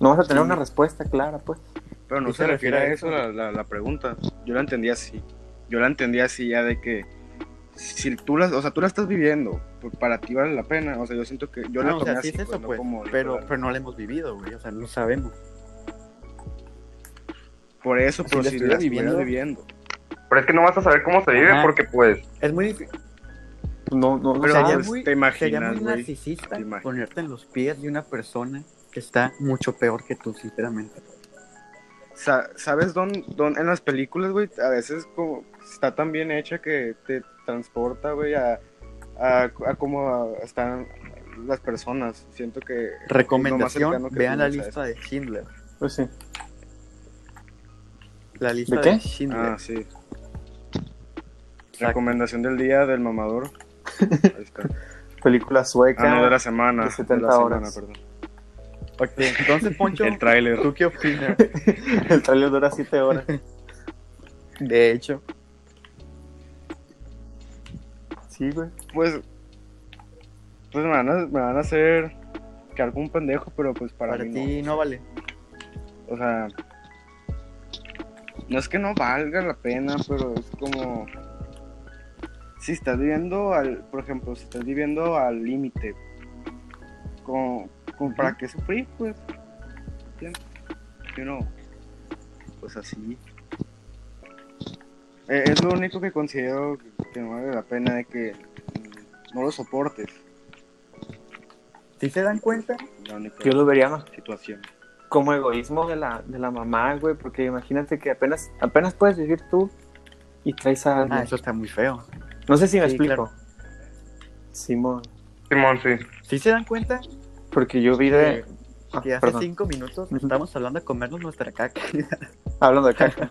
Speaker 5: no vas a tener una respuesta clara, pues.
Speaker 4: Pero no
Speaker 5: ¿Sí
Speaker 4: se,
Speaker 5: se
Speaker 4: refiere a
Speaker 5: refiere a
Speaker 4: eso la, la- la pregunta. Yo la entendía así. Yo la entendía así ya de que si tú las, o sea, tú la estás viviendo, pues, para ti vale la pena. O sea, yo siento que yo la
Speaker 2: Ah, o
Speaker 4: tomé
Speaker 2: sea, sí
Speaker 4: así,
Speaker 2: es eso,
Speaker 4: no
Speaker 2: pues.
Speaker 4: como
Speaker 2: Pero,
Speaker 4: literal.
Speaker 2: pero no la hemos vivido, güey. O sea, no sabemos.
Speaker 4: por eso,
Speaker 2: si
Speaker 4: pero
Speaker 2: la
Speaker 4: si
Speaker 2: estuviera
Speaker 4: la estuviera
Speaker 2: viviendo-
Speaker 4: viviendo.
Speaker 1: Pero es que no vas a saber cómo se vive
Speaker 2: Ajá.
Speaker 1: porque, pues,
Speaker 2: Es muy difícil.
Speaker 5: No, no, no
Speaker 4: Pero
Speaker 5: sabes.
Speaker 2: sería
Speaker 4: pues,
Speaker 2: muy-
Speaker 4: te
Speaker 2: Sería muy
Speaker 4: imaginas, güey.
Speaker 2: narcisista
Speaker 4: te imaginas.
Speaker 2: ponerte en los pies de una persona que está mucho peor que tú, sinceramente.
Speaker 4: Sa- ¿Sabes dónde, dónde- En las películas, güey, a veces como está tan bien hecha que te transporta, güey, a, a, a cómo están las personas. Siento que...
Speaker 2: Recomendación,
Speaker 4: cercano que
Speaker 2: vean la
Speaker 4: tienes a
Speaker 2: lista de Schindler.
Speaker 5: Pues sí.
Speaker 2: La lista
Speaker 5: qué?
Speaker 2: de, Schindler.
Speaker 4: Ah, sí.
Speaker 2: Exacto.
Speaker 4: Recomendación del día del mamador. Ahí está.
Speaker 5: Película sueca.
Speaker 4: Ah, no, de la semana.
Speaker 5: De 70
Speaker 4: de la semana,
Speaker 5: horas.
Speaker 4: perdón.
Speaker 2: Ok, entonces, Poncho,
Speaker 4: El tráiler.
Speaker 2: ¿tú qué opinas?
Speaker 5: El trailer dura 7 horas.
Speaker 2: De hecho,
Speaker 5: Sí, güey.
Speaker 4: Pues, pues me, van a, me van a hacer que algún pendejo, pero pues para,
Speaker 2: para,
Speaker 4: mí no.
Speaker 2: ti no. vale.
Speaker 4: O sea, no es que no valga la pena, pero es como. Si estás viviendo al. Por ejemplo, si estás viviendo al límite, como, como ¿para qué sufrir? Pues. Ya. You know. Pues así. Eh, es lo único que considero que- que no vale la pena de que mm, no lo soportes.
Speaker 2: Si se dan cuenta,
Speaker 4: La única
Speaker 5: Yo lo vería más
Speaker 4: situación.
Speaker 5: como egoísmo de la, de la mamá, güey, porque imagínate que apenas, apenas puedes vivir tú y traes a alguien.
Speaker 2: ah, eso está muy feo.
Speaker 5: No sé si me
Speaker 2: Sí,
Speaker 5: explico. Simón,
Speaker 1: Simón, sí.
Speaker 2: Si se dan cuenta
Speaker 5: porque yo vi de... Ah,
Speaker 2: que hace
Speaker 5: perdón,
Speaker 2: cinco minutos
Speaker 5: Ujú.
Speaker 2: estamos hablando de comernos nuestra caca.
Speaker 5: hablando de caca.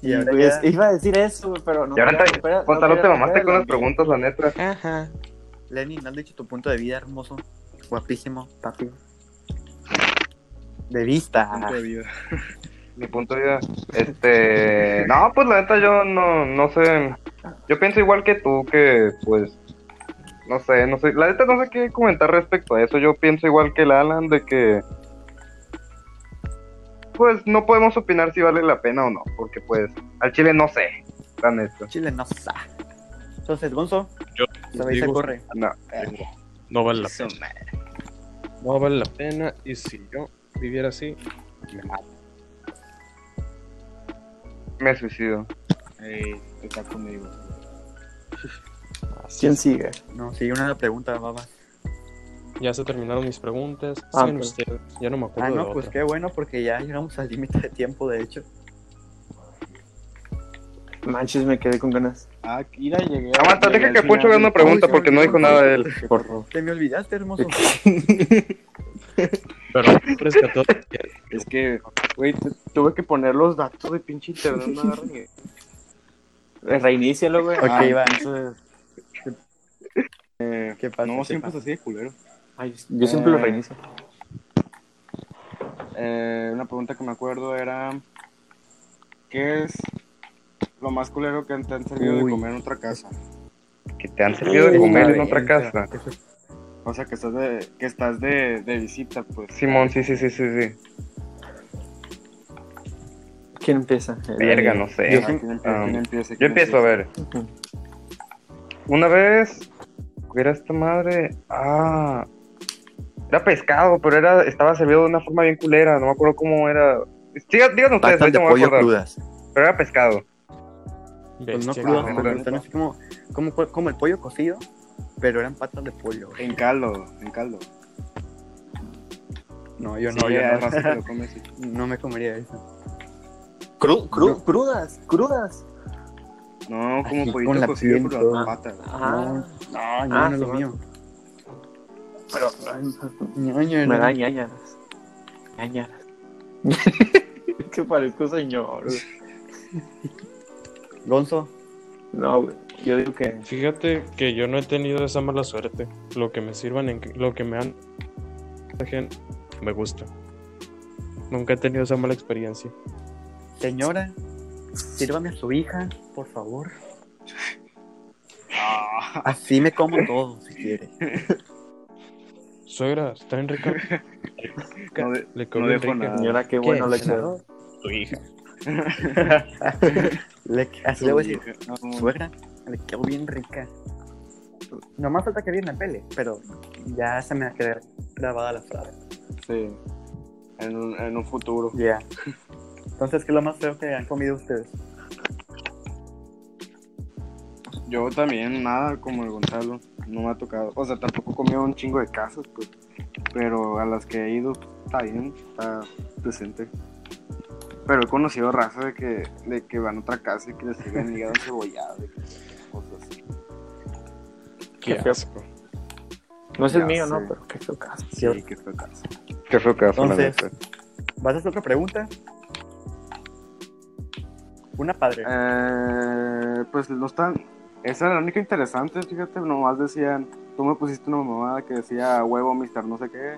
Speaker 2: Y ahora
Speaker 5: Güey,
Speaker 2: ya-
Speaker 5: es- Iba a decir eso, güey, pero no...
Speaker 1: Y ahora
Speaker 5: quería
Speaker 1: te-
Speaker 5: romper- no
Speaker 1: Gonzalo,
Speaker 5: quería
Speaker 1: te mamaste
Speaker 5: romper
Speaker 1: con
Speaker 5: el
Speaker 1: las preguntas, la neta.
Speaker 3: Ajá.
Speaker 2: Lenin, has dicho tu punto de vida hermoso, guapísimo,
Speaker 5: ambiente,
Speaker 2: de vista.
Speaker 5: Ah.
Speaker 4: Punto de vida.
Speaker 1: mi punto de vida. Este, no, pues la neta yo no, no sé. Yo pienso igual que tú que pues no sé, no sé, la neta no sé qué comentar respecto a eso. Yo pienso igual que el Alan de que pues no podemos opinar si vale la pena o no, porque pues al chile no sé, la neta.
Speaker 2: Chile no sa. Entonces, Gonzo,
Speaker 3: Yo
Speaker 2: ¿sabéis se
Speaker 3: digo-
Speaker 2: corre?
Speaker 1: No.
Speaker 3: No vale la
Speaker 4: Su
Speaker 3: pena.
Speaker 4: madre.
Speaker 3: No vale la pena. Y si yo viviera así, me mato.
Speaker 1: Me suicido.
Speaker 4: Ey, eh, está conmigo.
Speaker 5: ¿Quién sigue?
Speaker 2: No, sí, una pregunta, baba.
Speaker 3: Ya se terminaron mis preguntas.
Speaker 5: Ah,
Speaker 3: Sigan
Speaker 5: pues.
Speaker 3: ustedes. Ya no me acuerdo
Speaker 2: Ah,
Speaker 3: de la
Speaker 2: no, pues
Speaker 3: otra.
Speaker 2: qué bueno, porque ya llegamos al límite de tiempo, de hecho.
Speaker 5: Manches, me quedé con ganas.
Speaker 4: Ah, mira, llegué.
Speaker 1: Aguanta,
Speaker 4: llegué
Speaker 1: deja
Speaker 4: al
Speaker 1: que Poncho haga
Speaker 4: final.
Speaker 1: una pregunta
Speaker 2: Uy, se
Speaker 1: porque
Speaker 2: me
Speaker 1: no dijo
Speaker 2: olvidó.
Speaker 1: nada de él.
Speaker 5: Por favor.
Speaker 2: Te me olvidaste, hermoso.
Speaker 3: Pero rescató.
Speaker 4: Es que, güey, te-
Speaker 5: Tuve que poner los datos de pinche internet. No agarran ni- Reinícialo, güey.
Speaker 2: Ok,
Speaker 5: Ah,
Speaker 2: va.
Speaker 5: entonces-
Speaker 2: ¿Qué pasa?
Speaker 4: no,
Speaker 2: ¿Qué
Speaker 4: siempre es
Speaker 2: pasa?
Speaker 4: así de culero.
Speaker 5: Ay, yo siempre lo
Speaker 4: Eh,
Speaker 5: reinicio.
Speaker 4: Eh, una pregunta que me acuerdo era: ¿Qué es lo más culero que te han servido
Speaker 2: Uy.
Speaker 4: de comer en otra casa?
Speaker 1: Que te han servido de comer en
Speaker 2: Una
Speaker 1: otra
Speaker 2: verga.
Speaker 1: casa.
Speaker 2: Eso es-
Speaker 4: O sea, que estás de, que estás de, de visita, pues.
Speaker 1: Simón, sí, sí, sí, sí, sí.
Speaker 5: ¿Quién empieza? El-
Speaker 1: Verga, no
Speaker 4: Yo,
Speaker 1: sé. Ah,
Speaker 4: empiezo,
Speaker 1: Yo empiezo a ver.
Speaker 5: Ujú.
Speaker 1: Una vez era esta madre. Ah. Era pescado, pero era, estaba servido de una forma bien culera. No me acuerdo cómo era. Diga- Díganme ustedes,
Speaker 2: Pastas
Speaker 1: ahorita
Speaker 2: de
Speaker 1: me voy a
Speaker 2: pollo
Speaker 1: acordar.
Speaker 2: crudas.
Speaker 1: Pero era pescado.
Speaker 2: Pues no
Speaker 3: Bestia,
Speaker 2: crudas,
Speaker 1: cabrón.
Speaker 2: pero están así como, como, como el pollo cocido, pero eran patas de pollo. güey.
Speaker 4: En caldo, en caldo.
Speaker 2: No, yo
Speaker 4: Sí,
Speaker 2: no, yo
Speaker 4: hay
Speaker 2: no.
Speaker 4: raza que lo come así.
Speaker 2: No me comería eso.
Speaker 5: Cru- cru- crudas, crudas.
Speaker 4: No, como
Speaker 2: Así, con la
Speaker 4: pollito cocido
Speaker 2: piel,
Speaker 4: por
Speaker 2: todo.
Speaker 4: las patas.
Speaker 5: Ah,
Speaker 2: No, no,
Speaker 5: Ah,
Speaker 2: no es lo
Speaker 5: sí,
Speaker 2: mío.
Speaker 5: pero
Speaker 2: No, no,
Speaker 5: me
Speaker 2: no.
Speaker 5: da ñañaras. ñañaras. que parezco señor. güey.
Speaker 2: Gonzo,
Speaker 5: No, güey. Yo digo que
Speaker 3: Fíjate que yo no he tenido esa mala suerte. Lo que me sirvan, en, lo que me han. dejen, Me gusta. Nunca he tenido esa mala experiencia.
Speaker 2: señora, sírvame a su hija, por favor. Así me como todo, si quiere.
Speaker 3: Suegra, está en rica.
Speaker 4: No, de-
Speaker 3: Le
Speaker 4: no
Speaker 3: cobró
Speaker 4: dejo
Speaker 3: Enrique.
Speaker 4: nada.
Speaker 5: señora, qué bueno le quedó.
Speaker 3: Tu hija.
Speaker 2: Le, así
Speaker 4: Su
Speaker 2: le voy a decir,
Speaker 4: vieja, no,
Speaker 2: suegra, le quedó bien rica. Nomás falta que viene la pele, pero ya se me va a quedar grabada la frase.
Speaker 4: sí. En un, en un futuro.
Speaker 2: Ya. Entonces, ¿qué es lo más feo que han comido ustedes?
Speaker 4: Yo también, nada como el Gonzalo, no me ha tocado. O sea, tampoco he comido un chingo de casas, pues. Pero a las que he ido, está bien, está decente. Pero he conocido raza de que, de que van a otra casa y que les sirven hígado cebollado y cosas así.
Speaker 3: Qué
Speaker 5: feo.
Speaker 3: asco.
Speaker 5: No es el
Speaker 4: Ya
Speaker 5: mío,
Speaker 4: sé.
Speaker 5: no, pero qué feo caso.
Speaker 4: Sí, que fue casa.
Speaker 1: Qué feo que la
Speaker 2: Entonces,
Speaker 1: neta.
Speaker 2: ¿Vas a hacer otra pregunta? Una padre.
Speaker 4: Eh, pues no están. Esa era la única interesante, fíjate, nomás decían. Tú me pusiste una mamada que decía huevo, Mr. no sé qué.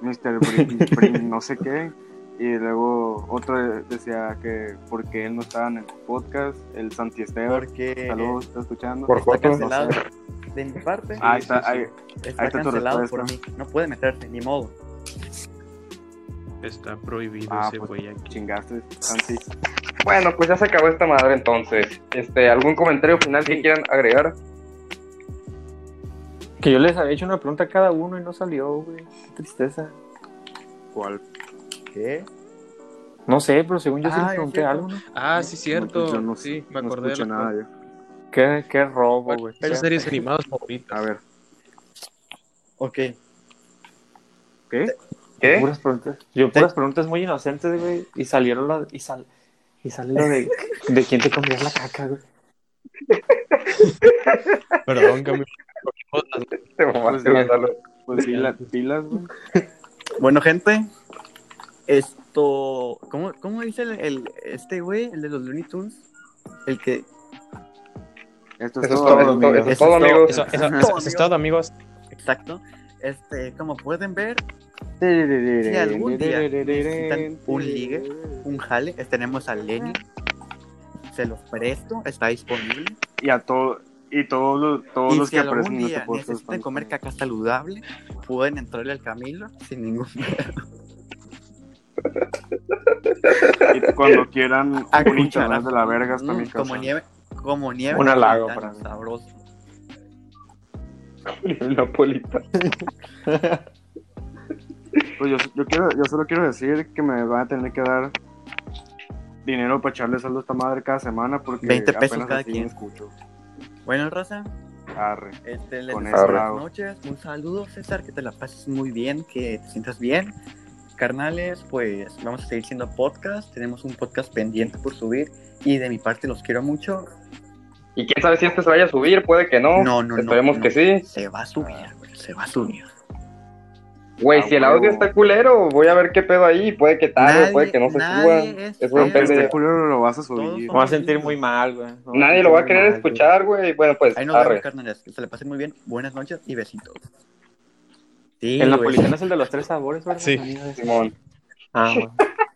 Speaker 4: Mr. Brin, Brin no sé qué. Y luego otro decía que porque él no estaba en el podcast, el Santi Esteban.
Speaker 2: Porque
Speaker 4: Saludos, está escuchando. Ah,
Speaker 1: Por
Speaker 2: está
Speaker 1: Joto.
Speaker 2: cancelado de mi parte.
Speaker 4: Ahí
Speaker 3: Sí,
Speaker 4: está,
Speaker 3: sí, sí.
Speaker 4: ahí.
Speaker 2: está
Speaker 4: ahí está tu
Speaker 2: cancelado por mí.
Speaker 4: respuesta.
Speaker 2: No puede meterse, ni modo.
Speaker 3: Está prohibido
Speaker 4: Ah,
Speaker 3: ese
Speaker 4: pues.
Speaker 3: güey aquí.
Speaker 4: Chingaste, Santi.
Speaker 1: Bueno, pues ya se acabó esta madre entonces. Este, ¿algún comentario final que quieran agregar?
Speaker 5: Que yo les había hecho una pregunta a cada uno y no salió, güey. Qué tristeza.
Speaker 4: ¿Cuál?
Speaker 2: ¿Qué?
Speaker 5: No sé, pero según yo sí
Speaker 2: Ah,
Speaker 5: les
Speaker 2: es
Speaker 5: pregunté
Speaker 2: cierto.
Speaker 5: algo, ¿no?
Speaker 3: Ah, sí, cierto.
Speaker 4: No, yo no-
Speaker 3: sí, me
Speaker 4: no
Speaker 3: acordé de
Speaker 4: escuché
Speaker 3: la-
Speaker 4: nada yo.
Speaker 5: Qué, qué robo,
Speaker 3: ¿Cuáles
Speaker 5: güey.
Speaker 3: son tus series animadas favoritas?
Speaker 4: A ver,
Speaker 2: Ok.
Speaker 4: ¿qué?
Speaker 1: ¿Qué?
Speaker 5: Puras preguntas. Yo puras preguntas muy inocentes, güey. Y salieron lo, y sal, y sale lo de, de quién te comió la caca, güey.
Speaker 3: Perdón, Camilo.
Speaker 1: Te mamaste,
Speaker 4: Pues,
Speaker 1: Gonzalo.
Speaker 4: Pues pila- pilas, güey.
Speaker 2: Bueno, gente. Esto. ¿Cómo, cómo dice el, el- este güey? El de los Looney Tunes. El que.
Speaker 4: Esto
Speaker 1: Eso es todo,
Speaker 5: amigos.
Speaker 1: eso es todo,
Speaker 2: Eso es todo.
Speaker 1: amigos.
Speaker 3: Eso, eso- eso- eso es todo, amigos.
Speaker 2: Exacto. Este, como pueden ver, si algún día necesitan un ligue, un jale, tenemos a Lenny. Se los presto, está disponible.
Speaker 4: Y a todo, y todos los, todos
Speaker 2: y
Speaker 4: los
Speaker 2: si
Speaker 4: que
Speaker 2: algún
Speaker 4: aparecen en este
Speaker 2: día
Speaker 4: podcast.
Speaker 2: necesitan
Speaker 4: están-
Speaker 2: comer caca saludable, pueden entrarle al Camilo sin ningún
Speaker 4: Y cuando quieran
Speaker 2: A
Speaker 4: un internet
Speaker 2: cucharazo.
Speaker 4: de la verga hasta
Speaker 2: Mm,
Speaker 4: mi casa.
Speaker 2: Como nieve, como nieve.
Speaker 4: Un halago
Speaker 2: tan
Speaker 4: para mí.
Speaker 2: Sabroso.
Speaker 1: Napolitano.
Speaker 4: Pues yo, yo quiero, yo solo quiero decir que me van a tener que dar dinero para echarle saldo a esta madre cada semana porque
Speaker 2: 20 pesos
Speaker 4: apenas
Speaker 2: cada
Speaker 4: así
Speaker 2: quien.
Speaker 4: me escucho.
Speaker 2: Bueno, Raza,
Speaker 4: Arre.
Speaker 2: este, les
Speaker 4: Con
Speaker 2: deseo
Speaker 1: eso
Speaker 2: buenas
Speaker 4: hago.
Speaker 2: noches. Un saludo, César, que te la pases muy bien, que te sientas bien. Carnales, pues vamos a seguir siendo podcast. Tenemos un podcast pendiente por subir. Y de mi parte los quiero mucho.
Speaker 1: Y quién sabe si este se vaya a subir, puede que no.
Speaker 2: No, no, no,
Speaker 1: Esperemos
Speaker 2: no.
Speaker 1: que sí.
Speaker 2: Se va a subir, güey, se va a subir.
Speaker 1: Güey,
Speaker 4: Ah,
Speaker 1: si el
Speaker 4: huevo.
Speaker 1: audio está culero, voy a ver qué pedo ahí. Puede que tarde,
Speaker 2: Nadie-
Speaker 1: puede que no se suba.
Speaker 2: nadie es
Speaker 1: Eso depende.
Speaker 4: Este
Speaker 1: de-
Speaker 2: fiel.
Speaker 4: culero lo vas a
Speaker 2: Todos
Speaker 4: subir.
Speaker 2: son-
Speaker 4: Vas-
Speaker 2: a sentir muy
Speaker 5: mal, güey.
Speaker 1: Nadie lo va a querer escuchar, güey. Bueno, pues,
Speaker 2: Ahí nos vemos,
Speaker 1: arre.
Speaker 2: carnales. Que se la pasen muy bien. Buenas noches y besitos. Sí,
Speaker 4: El
Speaker 2: güey.
Speaker 4: napolitano es el de los tres sabores, ¿verdad?
Speaker 3: Sí.
Speaker 1: Simón.
Speaker 4: Ah, bueno.